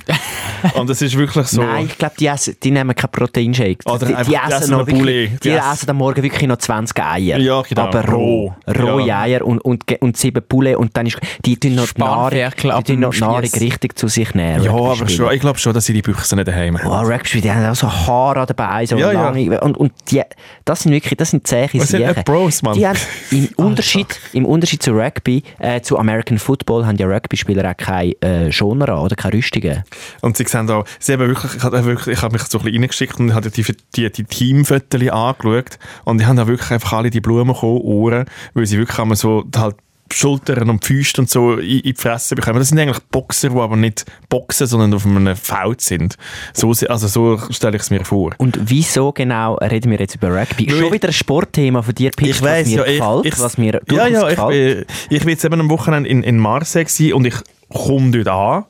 Und das ist wirklich so.
Mhm. Nein, ich glaube, die, essen- die nehmen keinen Proteinshake.
Oder
die,
einfach-
die
die
essen,
essen
noch
noch
wirklich,
Poulet.
Die
Die essen-
essen am Morgen wirklich noch 20 Eier.
Ja, genau.
Aber roh.
Roh.
Rohe
Ja.
Eier und, und, ge- und sieben Poulet. Und dann ist, die tun noch die Nahrung,
Spanferkel ab
die
dem
tun noch die Nahrung
Spiess.
richtig zu sich nehmen.
ja, aber
Rugby-Spieler.
schon, ich glaube schon, dass sie die Büchse nicht daheim haben.
Oh, Rugby, die haben auch so Haare an den Beinen, so
Ja, ja.
lange. Und, und die, das sind wirklich, das sind zähe
Das sind
Siechen.
nicht Bros, Mann.
Die haben im Unterschied, im Unterschied zu Rugby, äh, zu American Football, haben ja Rugby-Spieler auch keine äh, Schoner an oder keine Rüstungen.
Und sie sehen auch, sie haben wirklich, ich habe wirklich, ich habe mich so ein bisschen reingeschickt und habe die, die, die Teamfotos angeschaut. Und die haben auch wirklich einfach alle die Blumen bekommen, Ohren, weil sie wirklich einmal so halt Schultern und Füße und so in, in die Fresse bekommen. Das sind eigentlich Boxer, die aber nicht boxen, sondern auf einem Feld sind. So, se- also so stelle ich es mir vor.
Und wieso genau reden wir jetzt über Rugby?
Weil
Schon
ich-
wieder ein Sportthema von dir, Pitch,
ich weiß
was mir
ja, ich,
gefällt,
ich,
was mir
ja,
durchaus
ja, ich
gefällt.
bin, ich bin jetzt eben am Wochenende in, in Marseille gewesen und ich komme dort an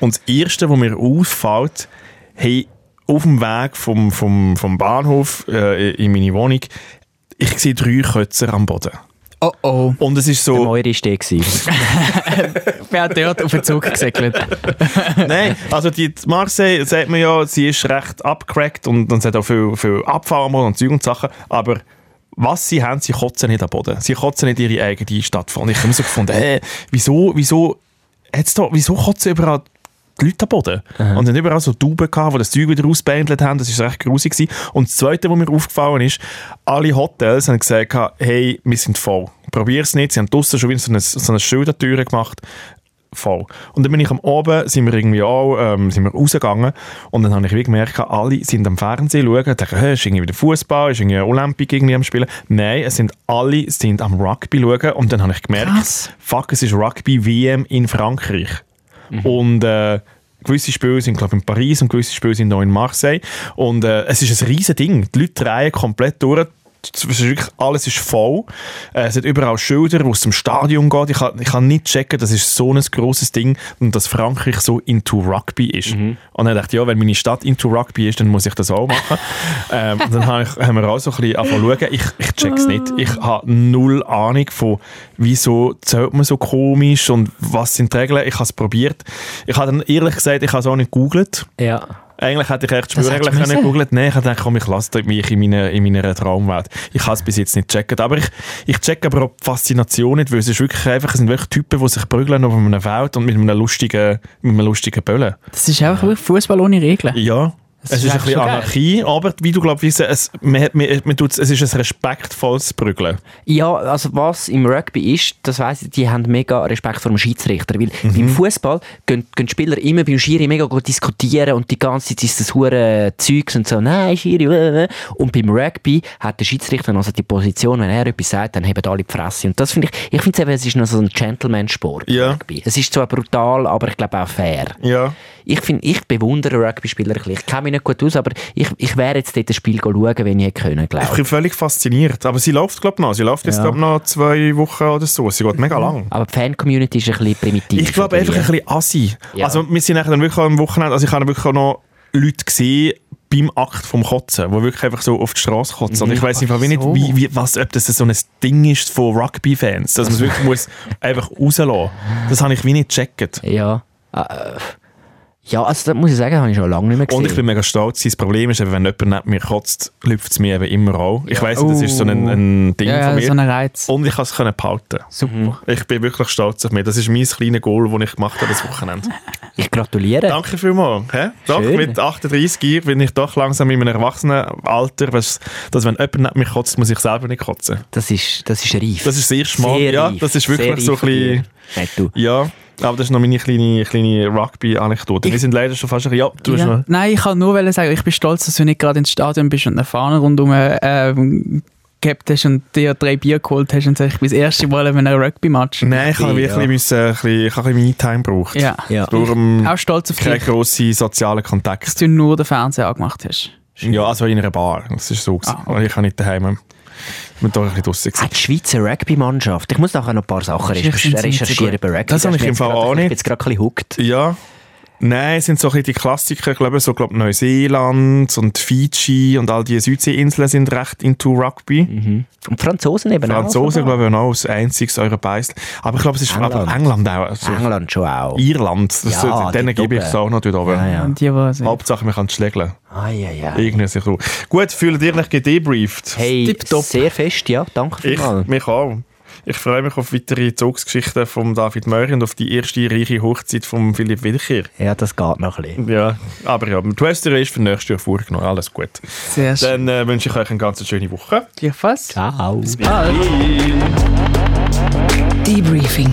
und das Erste, was mir auffällt, hey, auf dem Weg vom, vom, vom Bahnhof äh, in meine Wohnung, ich sehe drei Kötzer am Boden.
Oh oh.
Und es ist
Der
so,
Moira ist der gewesen.
Wer hat dort auf den Zug gesegelt?
nein, also die die Marseille, sagt man ja, sie ist recht abgecrackt und, und es hat auch viel, viel Abfall am Boden und Zeug und Sachen, aber was sie haben, sie kotzen nicht am Boden. Sie kotzen nicht ihre eigene Stadt von. Und ich habe mir so gefunden, hä, wieso, wieso, hat's da, wieso kotzen überall die Leute am Boden? Und dann überall so Tauben gehabt, die das Zeug wieder ausbehandelt haben. Das war recht grusig. Gewesen. Und das Zweite, was mir aufgefallen ist, alle Hotels haben gesagt, hey, wir sind voll. Probier es nicht. Sie haben draussen schon wieder so eine, so eine Schild an die Türe gemacht. Voll. Und dann bin ich am Abend, sind wir irgendwie auch, ähm, sind wir rausgegangen und dann habe ich wie gemerkt, alle sind am Fernsehen schauen und denken, hey, ist irgendwie wieder Fußball, ist irgendwie Olympik irgendwie am Spielen. Nein, es sind alle sind am Rugby schauen und dann habe ich gemerkt,
Krass.
fuck, es ist Rugby-WM in Frankreich. Und äh, gewisse Spiele sind, glaube in Paris und gewisse Spiele sind noch in Marseille. Und äh, es ist ein riesen Ding. Die Leute drehen komplett durch. Es ist wirklich, alles ist voll. Äh, es hat überall Schilder, wo es zum Stadion geht. Ich kann, ich kann nicht checken, das ist so ein grosses Ding und dass Frankreich so into Rugby ist. Und dann dachte ich, ja, wenn meine Stadt into Rugby ist, dann muss ich das auch machen. ähm, und dann habe ich, haben wir auch so ein bisschen angefangen zu schauen. Ich, ich check's nicht. Ich habe null Ahnung von, wieso zählt man so komisch und was sind die Regeln. Ich habe es probiert. Ich habe dann ehrlich gesagt, ich habe es auch nicht gegoogelt.
Ja.
Eigentlich hätte ich echt
Das hättest
Spürregeln
du
können
müssen.
googeln. Nein, ich habe gedacht, komm, ich lasse mich in meiner, in meiner Traumwelt. Ich habe es bis jetzt nicht gecheckt. Aber ich, ich checke aber auch die Faszination nicht, weil es ist wirklich einfach, es sind wirklich Typen, die sich prügeln auf einem Feld und mit einem lustigen, mit einem lustigen Böllen.
Das ist einfach wirklich Fußball ohne Regeln.
Ja.
Das
es
ist
ist, ein
eigentlich
bisschen
schon geil.
Anarchie, aber wie du glaubst, wissen, es, man, hat- man, man tut's- es ist ein respektvolles Prügeln.
Ja, also was im Rugby ist, das weiss ich, die haben mega Respekt vor dem Schiedsrichter, weil
Mhm.
beim Fußball gehen, gehen die Spieler immer beim Schiri mega gut diskutieren und die ganze Zeit ist das hure Zeugs und so, nein, Schiri, äh, äh. und beim Rugby hat der Schiedsrichter also die Position, wenn er etwas sagt, dann haben alle die Fresse und das finde ich, ich finde es eben, es ist noch so ein Gentleman-Sport,
Ja.
Rugby. Es ist zwar brutal, aber ich glaube auch fair.
Ja.
Ich, find, ich bewundere Rugby-Spieler ein bisschen. Ich kenne mich nicht gut aus, aber ich, ich wäre jetzt dort ein Spiel schauen, wenn ich hätte können, glaube
Ich bin völlig fasziniert. Aber sie läuft, glaube ich, noch. Sie läuft jetzt,
Ja.
glaube ich, noch zwei Wochen oder so. Sie geht mega lang.
Aber die Fan-Community ist ein bisschen primitiv.
Ich glaube
oder
einfach
wie?
ein bisschen assi.
Ja.
Also wir sind nachher dann wirklich am Wochenende, also ich habe wirklich auch noch Leute gesehen beim Akt vom Kotzen, wo wirklich einfach so auf die Straße kotzen. Und ich weiß einfach nicht,
wieso?
wie, wie, was, ob das so ein Ding ist von Rugby-Fans, dass man es wirklich muss einfach rauslassen. Das habe ich wie nicht gecheckt.
Ja. Äh, Ja, also das muss ich sagen, habe ich schon lange nicht mehr gesehen.
Und ich bin mega stolz. Das Problem ist, eben, wenn jemand neben mir kotzt, lüpft es mir eben immer auch. Ich weiss, das ist so
Oh.
ein, ein Ding
Ja,
von
ja,
mir.
so ein Reiz.
Und ich konnte es behalten.
Super.
Ich bin wirklich stolz auf mich. Das ist mein kleines Goal, das ich gemacht habe das Wochenende.
ich gratuliere.
Danke vielmals. Hä? Doch,
Schön.
mit 38 bin ich doch langsam in meinem Erwachsenenalter, was- dass wenn jemand neben mir kotzt, muss ich selber nicht kotzen.
Das ist, das ist reif.
Das ist das erste Mal.
Sehr
ja,
reif.
das ist
Sehr
wirklich so ein
reif
bisschen...
von dir. Nein, du.
Ja, aber das ist noch meine kleine, kleine Rugby-Anekdote. Wir sind leider schon fast ein bisschen... Ja, du hast
Ja.
noch...
Nein, ich kann nur wollen sagen, ich bin stolz, dass du nicht gerade ins Stadion bist und eine Fahne rundum äh, gehabt hast und dir drei Bier geholt hast und sagst, ich bin das erste Mal in einem Rugby-Match.
Nein, ich habe
Ja.
wirklich müssen, ein bisschen, ich habe ein bisschen Me-Time gebraucht.
Ja.
Ja.
Darum
Auch stolz auf
kein
dich,
grosser sozialer
dass
Kontakt.
du nur den Fernseher angemacht hast.
Ja, also in einer Bar. Das ist so.
Ah,
Ah,
okay.
okay. Ich habe nicht daheim... Ich bin doch ein bisschen draussen.
Ah, die Schweizer Rugby-Mannschaft. Ich muss nachher noch ein paar Sachen
Schweizer sind
recherchieren,
sie nicht so
recherchieren über Rugby.
Das habe ich
hast mir
im
jetzt
Fall
gerade-
auch
ich bin
nicht.
jetzt gerade ein bisschen hooked.
Ja. Nein, es sind so ein bisschen die Klassiker, ich glaube so glaube Neuseeland und Fiji und all die Südseeinseln sind recht into Rugby.
Mhm. Und die Franzosen eben
Die Franzosen
auch.
glaube ich haben auch als einziges europäisches. Aber ich glaube es ist
England.
aber England auch. Also
England schon auch.
Irland, das,
Ja,
denen
die
gebe ich
Truppe.
es auch noch dort oben.
Ja, ja.
Und die, die sind-
Hauptsache man kann es schlägeln.
Ah, ja, ja.
Irgendwie sich so. Gut, fühlt ihr euch gedebrieft?
Hey,
Tipptopp.
sehr fest, ja. Danke
Ich,
vielmals.
mich auch. Ich freue mich auf weitere Zugsgeschichten von David Möhr und auf die erste reiche Hochzeit von Philipp Wilcher.
Ja, das geht noch ein bisschen.
Ja, aber Ah, ja, die Western ist für nächstes Jahr vorgenommen. Alles gut.
Sehr schön.
Dann äh, wünsche ich euch eine ganz schöne Woche.
Gleichfalls.
Ciao.
Bald.
Debriefing.